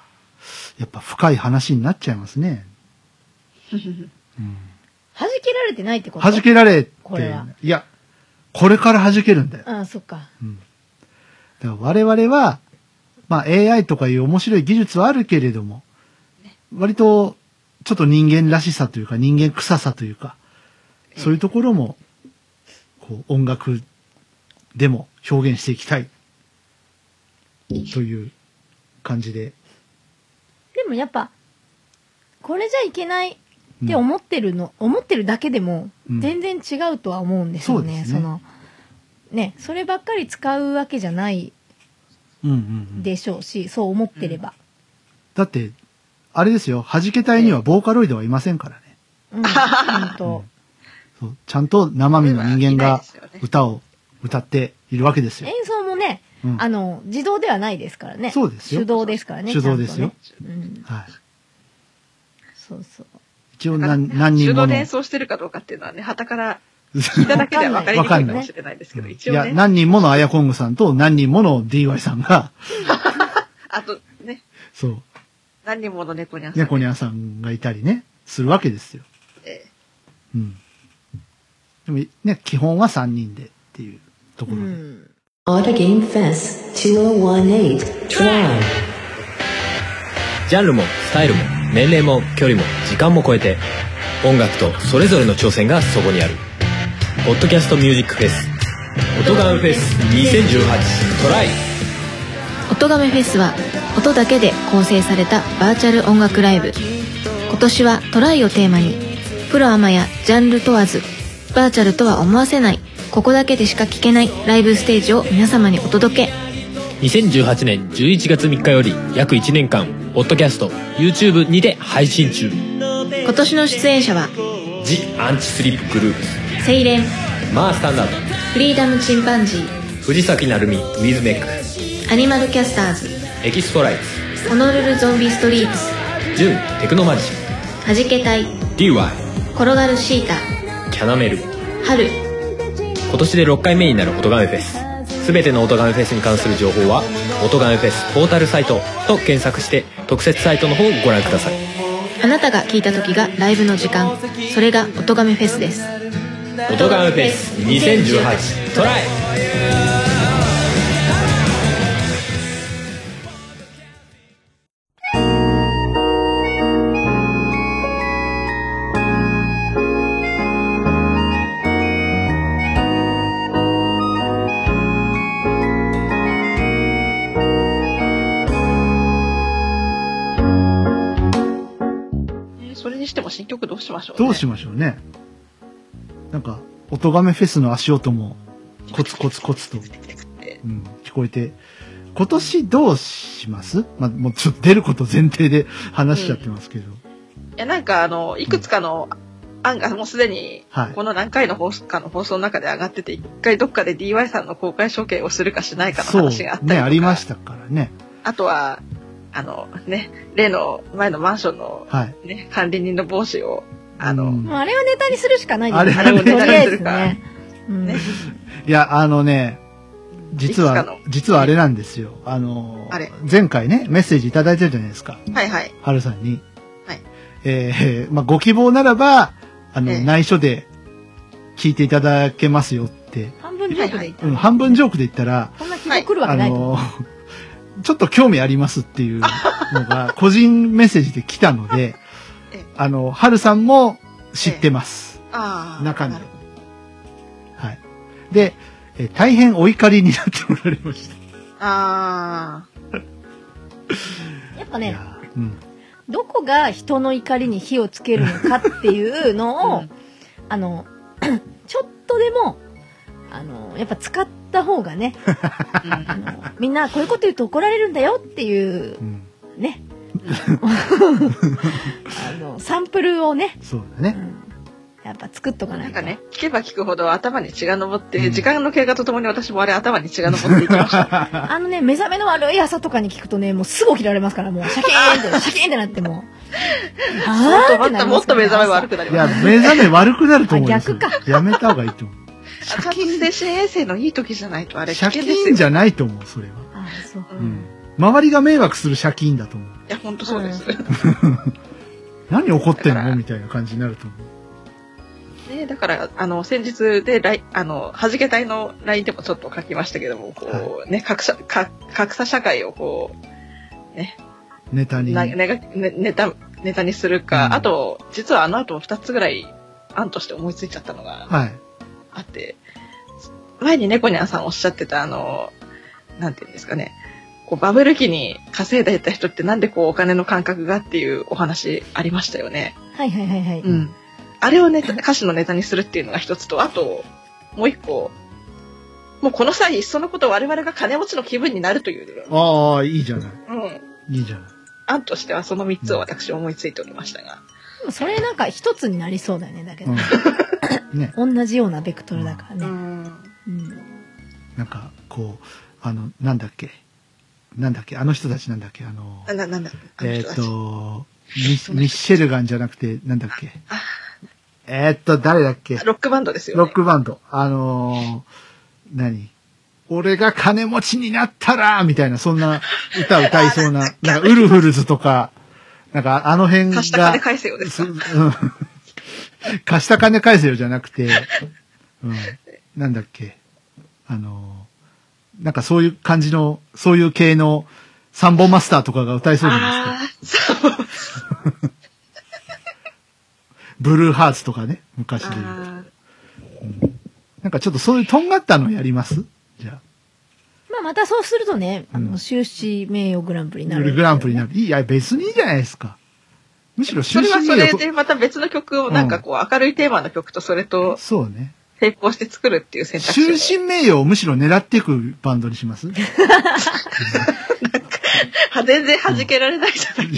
S1: ーやっぱ深い話になっちゃいますね。うん。
S3: 弾けられてないってこと
S1: 弾けられて
S3: これは、
S1: いや、これから弾けるんだよ。
S3: ああそっか。
S1: うん。だから我々は、まあ AI とかいう面白い技術はあるけれども、割とちょっと人間らしさというか人間臭さというか、そういうところも、こう音楽でも表現していきたい。という感じで。
S3: でもやっぱこれじゃいけない
S1: うん
S3: って思ってるの、思ってるだけでも
S1: うん
S3: 全然違うとは思うんですよね。
S1: そうですね
S3: そのねそればっかり使うわけじゃない
S1: うんうんうん
S3: でしょうし、そう思ってれば。
S1: だって、あれですよ、弾け隊にはボーカロイドはいませんからね。
S3: うん、本当、
S1: そうちゃんと生身の人間が歌を歌っているわけですよ。
S3: 演奏もね、
S1: うん
S3: あの自動ではないですからね。
S1: そうですよ
S3: 手動ですからね。
S1: 手動ですよ
S3: ちゃんとねうん、
S1: はい。
S3: そうそう。
S1: 一応
S2: だから
S1: 何何人
S2: 手
S1: も
S2: 動
S1: の。
S2: で演奏してるかどうかっていうのはね、旗から聞いただけでは分かりにくいかもしれないですけど、一
S1: い
S2: 応
S1: や、
S2: ね、
S1: 何人ものアヤコングさんと何人もの DY さんが、
S2: あとね、
S1: そう、
S2: 何人もの猫にゃんさん
S1: ニャコニャンさんがいたりね、するわけですよ。
S2: え
S1: うん。でも、ね、基本は3人でっていうとこ
S3: う
S1: ろで。
S3: ん。
S5: Auto Game Fest 2018 Try
S6: ジャンルもスタイルも年齢も距離も時間も超えて音楽とそれぞれの挑戦がそこにある「ポッドキャストミュージックフェス」「音ガンフェス2018トライ」
S7: 音亀フェスは音だけで構成されたバーチャル音楽ライブ今年はトライをテーマにプロアマやジャンル問わずバーチャルとは思わせないここだけでしか聴けないライブステージを皆様にお届け
S6: 2018年11月3日より約1年間ポッドキャスト YouTube にて配信中
S7: 今年の出演者は
S6: 「ジ・アンチスリップグループ
S7: セイレン」
S6: 「マースタンダード
S7: フリーダムチンパンジー」
S6: 「藤崎鳴海」「ウィズメック」
S7: アニマルキャスターズ
S6: 「エキスポライツ
S7: ホノルルゾンビストリートス」
S6: 「ジュン・テクノマジッ
S7: はじけたい
S6: ク」「DY」
S7: 転がるシータ
S6: 「キャナメル」
S7: 春
S6: 今年で6回目になる音ガメフェス全ての音ガメフェスに関する情報は「音ガメフェスポータルサイト」と検索して特設サイトの方をご覧ください
S7: あなたが聴いた時がライブの時間それが音亀フェスです
S6: 音ガメフェス2018トライ
S2: えそれにしても新曲どうしましょう、ね、
S1: どうしましょうね。なんか、音亀フェスの足音も、コツコツコツと、うん、聞こえて、今年どうしますまあ、もうちょっと出ること前提で話しちゃってますけど。
S2: いや、なんかあの、いくつかの案がもうすでに
S1: はい、
S2: この何回の放送かの放送の中で上がってて、一回どっかで DY さんの公開処刑をするかしないかの
S1: そう、
S2: 話があったりとか。
S1: ね、ありましたからね。
S2: あとは、あのね、例の前のマンションの、
S1: はい。
S2: ね、管理人の帽子を、あ
S1: う
S2: の、
S1: ん
S3: まああれはネタにするしかないです
S1: あれは
S3: ね
S1: ネタ
S3: と
S1: にする
S3: り
S1: か
S3: あえずね。うん
S2: ね
S1: いや、あのね、実
S2: いく
S1: は
S2: つかの、
S1: 実はあれなんですよ。あの
S2: あれ、
S1: 前回ね、メッセージいただいてるじゃないですか。
S2: はいはい。
S1: はるさんに。
S2: はい
S1: えー まあ、ご希望ならば、あの、
S2: ええ
S1: 内緒で聞いていただけますよって。
S3: 半分ジョークで言った
S1: うん、
S3: ら。
S1: 半分ジョークで言ったら、
S3: こんな希望来るわけ
S1: あ
S3: ないと思う。
S1: の、 ちょっと興味ありますっていうのが、 個人メッセージで来たので
S2: ええ、
S1: あの、はるさんも知ってます。
S2: ああ。
S1: 中身
S2: な
S1: を
S2: るほど。
S1: はい。で、えー大変お怒りになっておられました。
S2: あ
S3: やっぱ
S1: い
S3: ね、
S1: やーうん。
S3: どこが人の怒りに火をつけるのかっていうのを、
S2: うん
S3: あの ちょっとでもあのやっぱ使った方がね
S2: あ。
S3: あの みんなこういうこと言うと怒られるんだよっていう
S1: うん
S3: ねあのサンプルをね、
S1: そうだ
S3: う
S1: ね。
S3: んやっぱ作っとか
S2: うん
S3: な
S2: なん
S3: い
S2: か
S3: と
S2: ね、聞けば聞くほど頭に血が上って、
S1: うん
S2: 時間の経過とともに私もあれ頭に血が上っていき ました。
S3: あのね目覚めの悪い朝とかに聞くとねもうすぐ起きられますからもうシャキーンってシャキーンってなっても う
S2: もっ
S3: あー
S2: と
S3: っ
S2: も
S3: て
S2: っ
S3: な
S2: と
S3: り
S2: も
S3: ま
S2: っ
S3: す
S2: と
S3: から
S2: 目
S3: ね
S2: 覚め悪くなり
S1: いや目覚め悪くなる
S2: ます。、
S1: と思いますよ
S3: あ逆。
S1: やめた方がいいと思
S2: あちゃんと精神衛生のいい時じゃないとあ
S1: う。
S2: れ危
S1: 借
S2: 険です
S1: 金
S2: よ。
S1: じゃないと思う、それは。
S3: あーそう
S2: う
S1: うんん。周りが迷惑する借金だと思う。
S2: いや、ほんとそうです。
S1: 何怒ってん
S2: だか
S1: の
S2: ら
S1: みたいな感じになると思う。
S2: ね、だから、あの、先日で、ライあの、はじけ隊の LINE でもちょっと書きましたけども、こう、ね、格差、か格差社会をこ
S1: ネタ
S2: う、
S1: に。
S2: なねがねネタ、ネタにするか、
S1: うん
S2: あと、実はあの後2つぐらい案として思いついちゃったのが
S1: はい。
S2: あって、前に猫ニャンさんおっしゃってた、あの、なんていうんですかね、こうバブル期に稼いでいた人ってなんでこうお金の感覚がっていうお話ありましたよね。
S3: はいはいはいはい、
S2: うん。あれをネタ、歌詞のネタにするっていうのが一つと、あと、もう一個、もうこの際、いっそのこと我々が金持ちの気分になるという、
S1: ああ、いいじゃない。
S2: うん。
S1: いいじゃない。
S2: 案としてはその三つを私思いついておりましたが。
S3: でもそれなんか一つになりそうだよねだけど、
S1: うん。ね。
S3: 同じようなベクトルだからね、うん
S1: なんか、こう、あの、なんだっけ。なんだっけ。あの人たちなんだっけ。あの
S2: な、、な、なんだ、あの
S1: え
S2: 人
S1: ーった
S2: ち
S1: と、ミッミッシェルガンじゃなくて、なんだっけ。えーっと、誰だっけ。
S2: ロックバンドですよ、ね。
S1: ロックバンド。あのー何俺が金持ちになったらみたいな、そんな歌歌いそう な。なんか、ウルフルズとか、なんか、あの辺が。
S2: 貸した金返せよです
S1: すうん 貸した金返せよじゃなく て、うん、なんだっけ。あのーなんかそういう感じの、そういう系のサンボマスターとかが歌いそうじゃないですか。
S2: ああ、そう。
S1: ブルーハーツとかね、昔で言う。
S2: あ
S1: なんかちょっとそういうとんがったのやりますじゃあ。
S3: まあまたそうするとね、あ
S1: うん
S3: の、終始名誉グランプリにな
S1: よ
S3: る、
S1: りグランプリになる。いや、別にいいじゃないですか。むしろ
S2: ーそ
S1: 終
S2: れは
S1: 身
S2: そ
S1: 名
S2: れ
S1: 誉
S2: でまた別の曲をなんかこう明るいテーマの曲とそれ
S1: と
S2: と
S1: そうね。
S2: 並行して作るっていう選択肢
S1: 終
S2: を
S1: 身名誉をむしろ狙っていくバンドにします
S2: は 全然弾けられないじゃな い
S1: い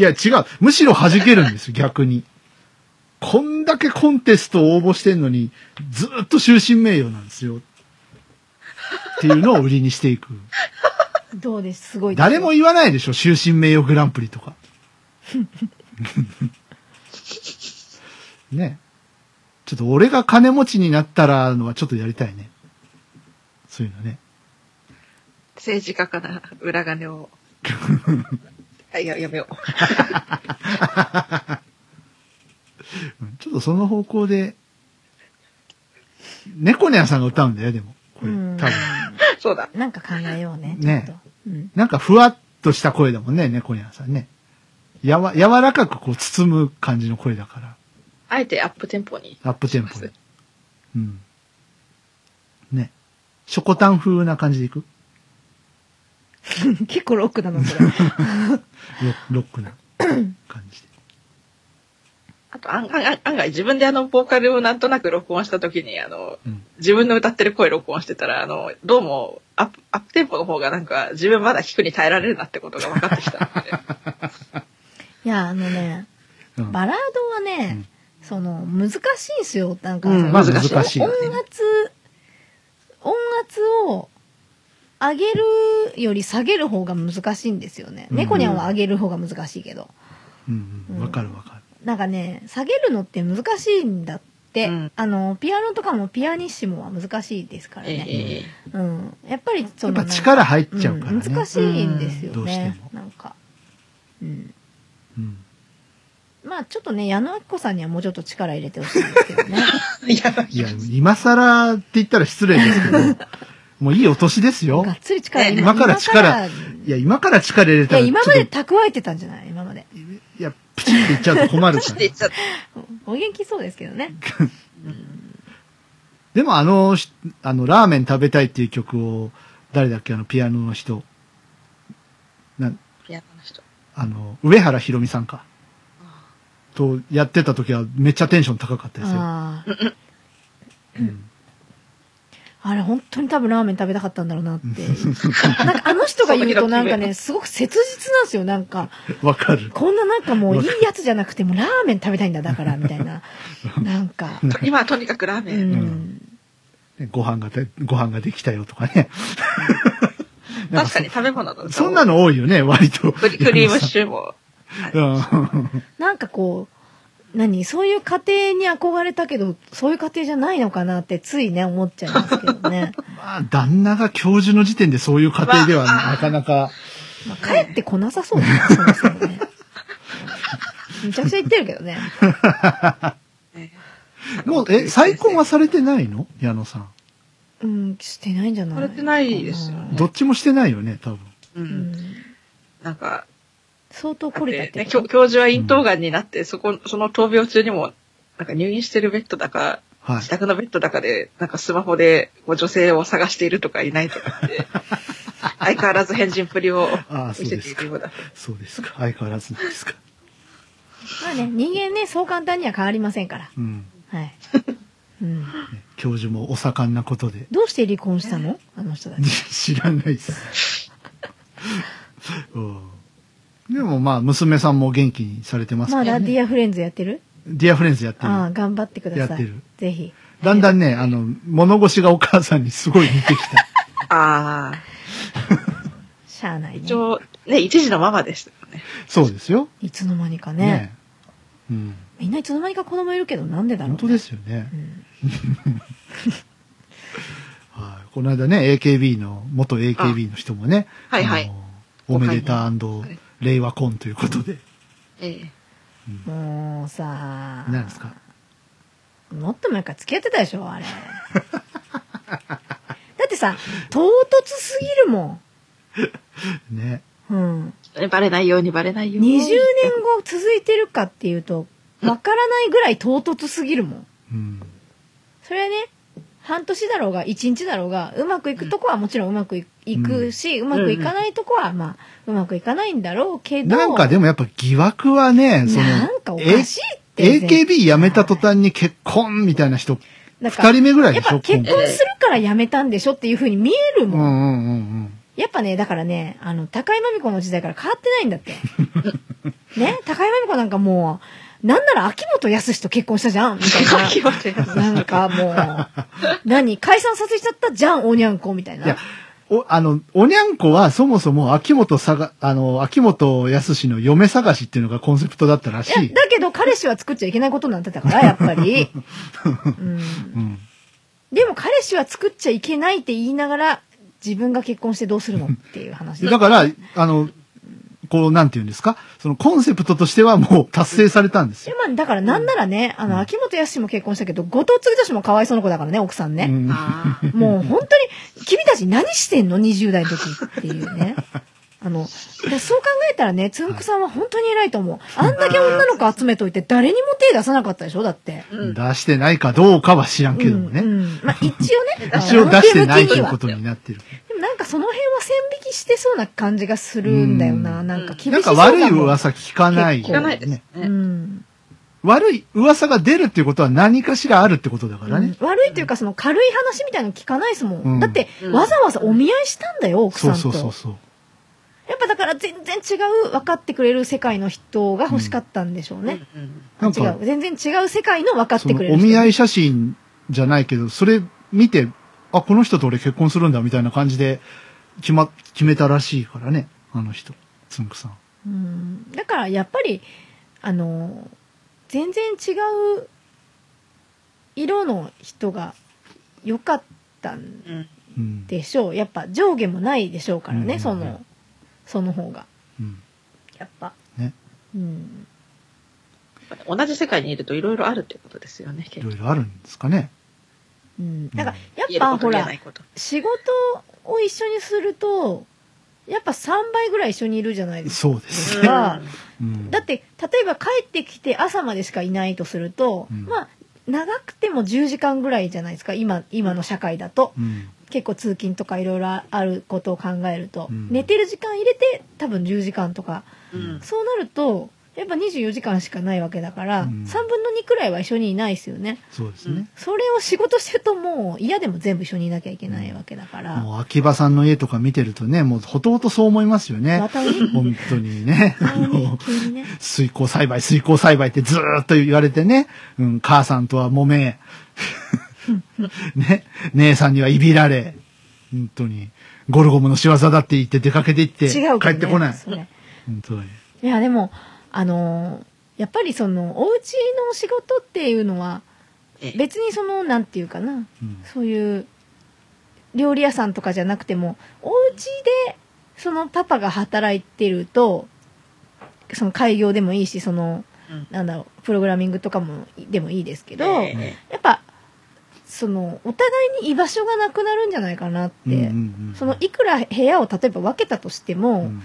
S1: や、違う。むしろ弾けるんですよ、逆に。こんだけコンテストを応募してんのに、ずーっと終身名誉なんですよ。っていうのを売りにしていく。
S3: どうですすごいですよ。
S1: 誰も言わないでしょ、終身名誉グランプリとか。 ね。ちょっと俺が金持ちになったらのはちょっとやりたいね。そういうのね。
S2: 政治家から裏金 を。あいや、やめよう。
S1: うんちょっとその方向で、猫ニャンさんが歌うんだよ、でも。これ、
S3: うん
S1: 多分。
S2: そうだ。
S3: なんか考えようね。
S1: ね
S3: ちょっとうん。
S1: なんかふわっとした声だもんね、猫ニャンさんね。やわ、柔らかくこう包む感じの声だから。
S2: あえてアップテンポに。
S1: アップテンポで。うん。ね。ショコタン風な感じでいく
S3: 結構ロッ クだな、それ。
S1: ロロックな感じで。
S2: あと、案案案外自分であの、ボーカルをなんとなく録音した時に、あの、
S1: うん
S2: 自分の歌ってる声録音してたら、あの、どうもアップ、アップテンポの方がなんか、自分まだ弾くに耐えられるなってことが分かってきた ので。
S3: いや、あのね、
S1: うん
S3: バラードはね、その、難しいんですよ。なんか、
S2: うん
S3: その
S1: まあ
S2: 難しい
S1: 難しいよ
S3: 音
S1: ね。
S3: 圧、音圧を上げるより下げる方が難しいんですよね。
S1: うん
S3: 猫にゃんは上げる方が難しいけど。
S1: うんうん。わかるわかる。
S3: なんかね、下げるのって難しいんだって。
S2: うん
S3: あの、ピアノとかもピアニッシモは難しいですから
S2: え
S3: ね。
S2: え
S3: うん。やっぱりそ
S1: やっ
S3: の、
S1: ぱ力入っちゃうから
S3: ん
S1: ね。
S3: 難しいんですよ
S1: うんどうして
S3: ね。
S1: も
S3: なんか。うん。
S1: うん。
S3: まあちょっとね、矢野明子さんにはもうちょっと力入れてほしいんですけどね。
S2: いや、
S1: いや、今更って言ったら失礼ですけ ど、もういいお年ですよ
S3: が。っつり力入れ
S1: 今から力、
S3: 今から
S1: いや、今から力入れ
S3: い
S1: たら、
S3: や、
S1: ちょ
S3: 今
S1: っと、
S3: ま
S1: い
S3: で蓄えてたんじゃない今まで。
S1: や、プチって言っちゃうと困る
S2: し
S1: か
S2: て
S1: ら
S2: いっ。ちゃった。
S3: お元気そうですけどね。
S1: でもあの、しあの、ラーメン食べたいっていう曲を、誰だっけ、あの、ピアノの人。なん、
S2: ピアノの人。
S1: あの、上原ひろみさんか。と、やってた時はめっちゃテンション高かったですよ。
S3: ああ。
S1: うん
S3: あれ、本当に多分ラーメン食べたかったんだろうなって。 なんかあの人が言うとなんかね、すごく切実なんですよ。なんか、
S1: わかる。
S3: こんななんかもういいやつじゃなくて、もうラーメン食べたいんだ、だから、みた いな。なんか。
S2: と今はとにかくラー
S3: う
S2: メン。
S3: ん。
S1: ご飯がで、ご飯ができたよとかね。
S2: 確かに食べ物の歌を
S1: そんなの多いよね、割と。
S2: クリクリームシューも。
S1: うん。
S3: なんかこう、何そういう家庭に憧れたけど、そういう家庭じゃないのかなってついね、思っちゃいますけ どね。
S1: まあ、旦那が教授の時点でそういう家庭ではなかなか、
S3: まあ、帰ってこなさそうだね、そもそもね。めちゃくちゃ言ってるけどね。
S1: もう、え、再婚はされてないの矢野さん。
S3: うん、してないんじゃない
S2: されてないですよね
S1: どっちもしてないよね、多分。
S2: う。
S3: うんん。
S2: なんか、
S3: 相当
S2: こ
S3: 懲りた
S2: れ
S3: って
S2: ね、
S3: こ
S2: 教
S3: と
S2: 教授は咽頭がんになって、そこ、その闘病中にも、なんか入院してるベッドだか、
S1: はい
S2: 自。宅のベッドだかで、なんかスマホでこう女性を探しているとかいないとか って、相変わらず変人っぷりを
S1: ああ、そ
S2: 見
S1: う
S2: せ
S1: で
S2: て
S1: す
S2: いる
S1: か
S2: ようだ。。
S1: そうですか。相変わらずなんですか。
S3: まあね、人間ね、そう簡単には変わりませんから。
S1: うん。
S3: はい。うん。
S1: ね教授もお盛んなことで。
S3: どうして離婚したのあの人 たち。
S1: 知らないっす。うんでもまあ、娘さんも元気にされてます
S3: まあ、
S1: から
S3: ラデ
S1: ね。
S3: ィアフレンズやってる
S1: ディアフレンズやってる。
S3: ああ、頑張ってください。
S1: やってる
S3: ぜひ。
S1: だんだんね、あの、物腰がお母さんにすごい似てき た。
S2: ああ、
S3: しゃあないね
S2: 一。応、ね、一時のママでしたよね。
S1: そうですよ。
S3: いつの間にかね
S1: ね。うん。
S3: みんないつの間にか子供いるけどなんでだろ
S1: 本
S3: う、ね、
S1: 当ですよね。
S3: うん
S1: はい。この間ね、AKB の、元 AKB の人もね。
S2: あはいはい
S1: あのおめでた令和婚ということで。
S2: ええ。
S3: もうさ
S1: 何ですか
S3: もっと前から付き合ってたでしょあれ だってさ唐突すぎるも
S1: ね。
S3: ん、うん、
S2: えバレないようにバレないよう
S3: 20
S2: に。
S3: 年後続いてるかっていうとわからないぐらい唐突すぎるもん
S1: うん。
S3: それはね半年だろうが1日だろうがうまくいくとこはもちろんうまくいいくし、うまくいかないとこはまあうまくいかないんだろうけど
S1: なんかでもやっぱ疑惑はね、そ
S3: なんか
S1: の、
S3: お
S1: え
S3: かしいって全然
S1: AKB 辞めた途端に結婚みたいな人、
S3: な
S1: 二
S3: んか
S1: 人目ぐらい
S3: や
S1: で
S3: っ
S1: しょ
S3: ぱ結婚するからやめたんでしょっていう風に見える
S1: う
S3: も
S1: ん
S3: ん。
S1: うんうん
S3: やっぱね、だからね、あの、高井真美子の時代から変わってないん だって。ね高井真美子なんかもう、なんなら秋元康と結婚したじゃんみたい
S2: 秋元康
S3: な。なんかもう、何解散させちゃったじゃんおにゃんこみたい
S1: うん。
S3: な。
S1: いや、お、あの、おにゃんこはそもそも秋元さが、あの、秋元康の嫁探しっていうのがコンセプトだったらし
S3: い
S1: い
S3: や。だけど彼氏は作っちゃいけないことになってたから、やっ ぱり。うん、
S1: うん。
S3: でも彼氏は作っちゃいけないって言いながら、自分が結婚してどうするのっていう話
S1: でだから、あの、こう、なんて言うんですかそのコンセプトとしてはもう達成されたんです
S3: いや
S1: よ。
S3: まあ、だからなんならね、あの、秋元康も結婚したけど、後藤継女子もかわいそうな子だからね、奥さん
S1: う
S3: ね。
S1: ん
S2: ああ。
S3: もう本当に、君たち何してんの ?20 代の時っていうね。 あの、でそう考えたらね、つんくさんは本当に偉いと思う。あんだけ女の子集めといて、誰にも手出さなかったでしょだって。
S2: うん。
S1: 出してないかどうかは知らんけどもね。。
S3: うんうんまあ、一応ね
S1: 一応出してないと
S3: 表
S1: いう
S3: 向きには
S1: ことになってる。
S3: でもなんかその辺は線引きしてそうな感じがするんだよな。
S1: うん
S3: なんか厳
S1: なん
S3: しそ
S1: か
S3: うだもん
S1: 悪い噂聞かない。
S3: 結構
S2: 聞かないですね。
S3: うん。
S1: 悪い噂が出るっていうことは何かしらあるってことだからね。
S3: うん悪いというか、その軽い話みたいなの聞かないですもん。
S1: うん
S3: だって、
S2: うん
S3: わざわざお見合いしたんだよ、奥さ
S1: そ
S3: ん
S1: うそ
S3: と。
S1: うそうそう。
S3: やっぱだから全然違う分かってくれる世界の人が欲しかったんでしょうね。
S2: うん
S1: なん
S3: 違
S1: か
S3: う。、全然違う世界の分かっ
S1: そ
S3: て
S1: の
S3: くれる人。
S1: お見合い写真じゃないけど、それ見て、あ、この人と俺結婚するんだみたいな感じで決ま、決めたらしいからね、あの人、つんくさん。
S3: うん。だからやっぱり、あの、全然違う色の人が良かったん
S2: うん
S1: うん。
S3: でしょう。やっぱ上下もないでしょうから
S1: うんうんう
S3: ね、
S1: ん
S3: その、その方が。
S1: うん。
S3: やっぱ。
S1: ね。
S3: うん。
S2: やっぱね同じ世界にいるといろいろあるってことですよね。
S1: いろいろあるんですかね。
S3: うん。だから、や
S2: 言え
S3: っ
S2: るこ
S3: ぱ
S2: と
S3: ほ
S2: 言え
S3: ら
S2: な、いこと。
S3: 仕事を一緒にするとやっぱ3倍ぐらい一緒にいるじゃないです
S1: そうですね。
S3: か。
S1: うん。
S3: だって例えば帰ってきて朝までしかいないとすると、
S1: うん
S3: まあ長くても10時間ぐらいじゃないですか今今の社会だと
S1: うん。
S3: 結構通勤とかいろいろあることを考えると、
S1: うん
S3: 寝てる時間入れて多分10時間とか
S2: うん
S3: そうなるとやっぱ24時間しかないわけだから、
S1: うん
S3: 3分の2くらいは一緒にいないですよね
S1: そうですね。
S3: それを仕事してるともう嫌でも全部一緒にいなきゃいけないわけだから、
S1: もう秋葉さんの家とか見てるとね、もうほとほとそう思いますよね
S3: ま。たね
S1: 本当にね。あの
S3: 急にね。
S1: 水耕栽培、水耕栽培ってずーっと言われてね、うん、母さんとは揉め、ね、姉さんにはいびられ、本当に、ゴルゴムの仕業だって言って出かけて行って、
S3: 違う
S1: 帰
S3: けどね
S1: ってこない。
S3: それ
S1: 本当に。
S3: いや、でも、あのーやっぱりその、お家の仕事っていうのは、
S2: ええ
S3: 別にその、なんていうかな、
S1: うん
S3: そういう、料理屋さんとかじゃなくても、お家で、そのパパが働いてると、その開業でもいいし、その、
S2: うん
S3: なんだろう、プログラミングとかも、でもいいですけど、
S2: ええ
S3: やっぱ、その、お互いに居場所がなくなるんじゃないかなって、
S1: うんうんうん
S3: その、いくら部屋を例えば分けたとしても、
S1: うん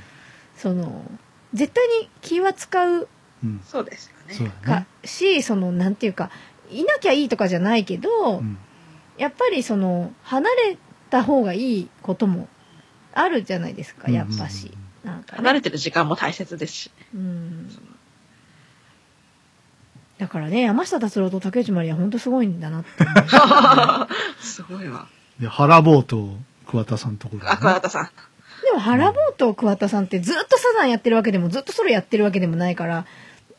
S3: その絶対に気は使う
S1: うん、
S2: そうですよね。
S1: そうだ
S3: か
S1: ね。
S3: し、そのなんていうかいなきゃいいとかじゃないけど、
S1: うん
S3: やっぱりその離れた方がいいこともあるじゃないですかやっぱし、なんかね、
S2: 離れてる時間も大切ですし。
S3: うんだからね山下達郎と竹内まりは本当すごいんだなって思う
S2: すごいわ。
S1: で、原坊と桑田さんところ、
S2: あ、桑田さん。
S3: でも原坊と桑田さんってずっとサザンやってるわけでもずっとソロやってるわけでもないから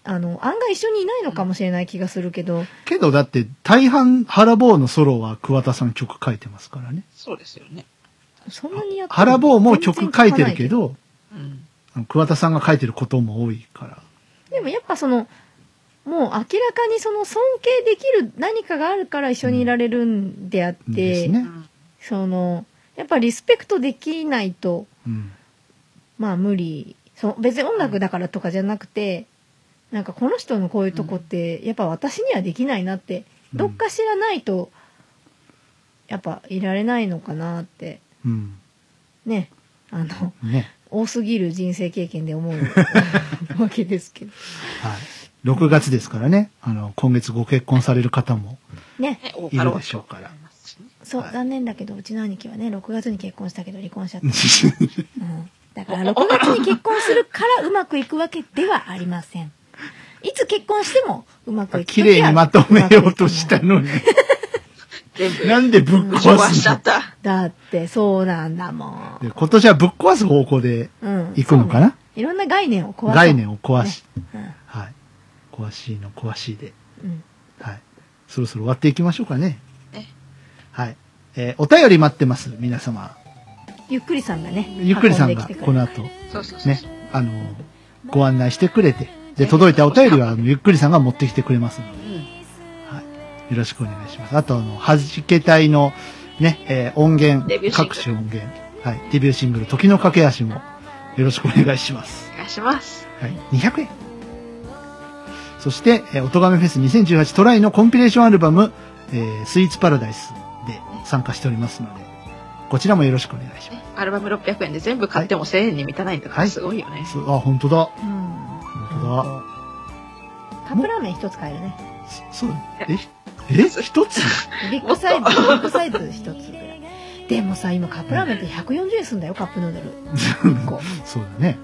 S3: あの案外一緒にいないのかもしれない気がするけど、
S1: けどだって、大半原坊のソロは桑田さん曲書いてますからね。
S2: そうですよね。
S3: そんなにやって
S1: 原坊も曲書いてるけ。ど、
S2: うん。
S1: あの桑田さんが書いてることも多いから。
S3: でもやっぱその、もう明らかにその尊敬できる何かがあるから一緒にいられるんであっ
S1: うんで
S3: て、
S1: すね。
S3: その、やっぱリスペクトできないと、
S1: うん。
S3: まあ無理。そう別に音楽だからとかじゃなくて、なんかこの人のこういうとこって、やっぱ私にはできないなって、
S1: うん
S3: どっかしらないと、やっぱいられないのかなって、
S1: うん。
S3: ね、あの、
S1: ね。
S3: 多すぎる人生経験で思う わけですけど。
S1: はい。6月ですからね、あの、今月ご結婚される方も
S3: ね。
S2: ね、多
S1: い
S2: かろ
S1: る
S2: う
S1: で
S2: と
S1: しょうから。
S3: そう、
S1: はい
S3: 残念だけど、うちの兄貴はね、6月に結婚したけど離婚しちゃった。うん。だから、6月に結婚するからうまくいくわけではありません。いつ結婚してもうまくいく
S1: 綺麗にまとめようとした
S3: の。
S1: のに、
S2: 全部、
S1: なんでぶっ
S2: 壊
S1: 壊
S2: しち
S1: す
S2: ゃっ
S1: の
S2: た。
S3: だって、そうなんだもん。
S1: で今年はぶっ壊す方向で
S3: うん。
S1: 行くのか
S3: そうね
S1: な、
S3: いろんな概念を壊そう
S1: 概念を壊し、
S3: うん。
S1: はい。壊しいの壊しいで。
S3: うん。
S1: はい。そろそろ終わっていきましょうかね
S2: え。
S1: はい。えーお便り待ってます、皆様。
S3: ゆっくりさんがね。
S1: ゆっくりさんが
S3: 運できてく
S1: こ
S3: れ
S1: の
S3: る
S1: 後、
S2: そうそうそう
S1: ね
S2: そう。、
S1: あの、ご案内してくれて、で、届いたお便りは、あのゆっくりさんが持ってきてくれますので、
S2: うん
S1: よろしくお願いします。あと、あの、はじけ隊の、ね、えー音源
S2: デビュー、シング
S1: 各
S2: ル
S1: 種音源、はい、デビューシングル、時の駆け足も、よろしくお願いします。
S2: お願いします。
S1: はい、200円。そして、えー、おとがめフェス2018トライのコンピレーションアルバム、えースイーツパラダイスで参加しておりますので、こちらもよろしくお願いしま
S2: ねアルバム600円で全部買っても1000円に満たないんだか
S1: はい
S2: らすごいよね。
S1: す。あ、本当だ。
S3: うん。
S1: 本当だ。
S3: カップラーメン一つ買えるね。
S1: そそう、え、え、一つ
S3: ビッグサイズ、ビッグサイズ一つぐらい。でもさ、今カップラーメンって140円すんだよ、カップヌードル。一個
S1: そうだね。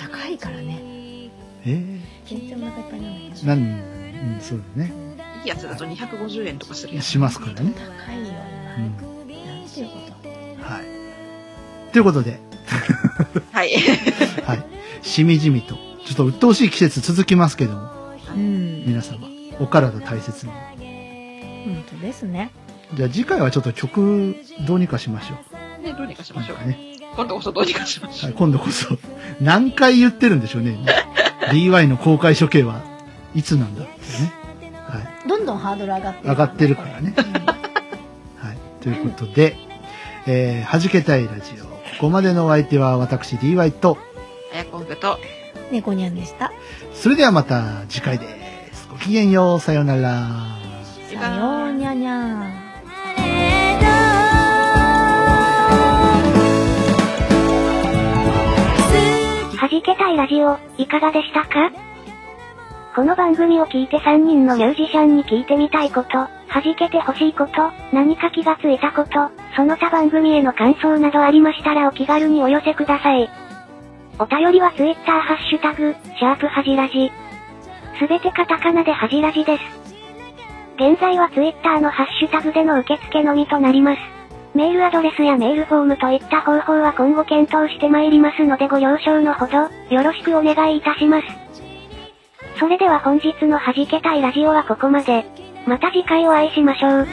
S3: 高いからね。
S1: ええ
S8: 全然お腹いっぱいなのよ
S1: ー、なん、うん、そうだね。
S2: いいやつだと250円とかするやつ。
S1: しますからね。
S8: 高いよ
S1: うん。
S8: 今なんていうこと
S1: はい。ということで、
S2: はい。
S1: はい。しみじみと、ちょっと鬱陶しい季節続きますけども、
S3: うん。
S1: 皆様、お体大切に。
S3: 本当ですね。
S1: じゃあ次回はちょっと曲、どうにかしましょう。
S2: ね、どうにかしましょう
S1: 今。回ね。
S2: 今度こそどうにかしまし
S1: は
S2: ょ
S1: い、
S2: う。
S1: 今度こそ、何回言ってるんでしょうね。DY の公開処刑はいつなんだってね。は
S3: どんどんハードル上がって
S1: い。上がってるからね。はい。ということで、えー、弾けたいラジオ。ここまでのお相手は私 DY と、
S2: あやこんぐと、
S3: 猫ニャンでした。
S1: それではまた次回です。ごきげんよう。さようなら。
S2: さ
S3: さようにゃにゃ。
S4: 弾けたいラジオ、いかがでしたかこの番組を聞いて3人のミュージシャンに聞いてみたいこと、弾けてほしいこと、何か気がついたこと、その他番組への感想などありましたらお気軽にお寄せください。お便りは Twitter ハッシュタグ、シャープはじらじ。すべてカタカナではじらじです。現在は Twitter のハッシュタグでの受付のみとなります。メールアドレスやメールフォームといった方法は今後検討してまいりますのでご了承のほど、よろしくお願いいたします。それでは本日の弾けたいラジオはここまで。また次回お会いしましょう。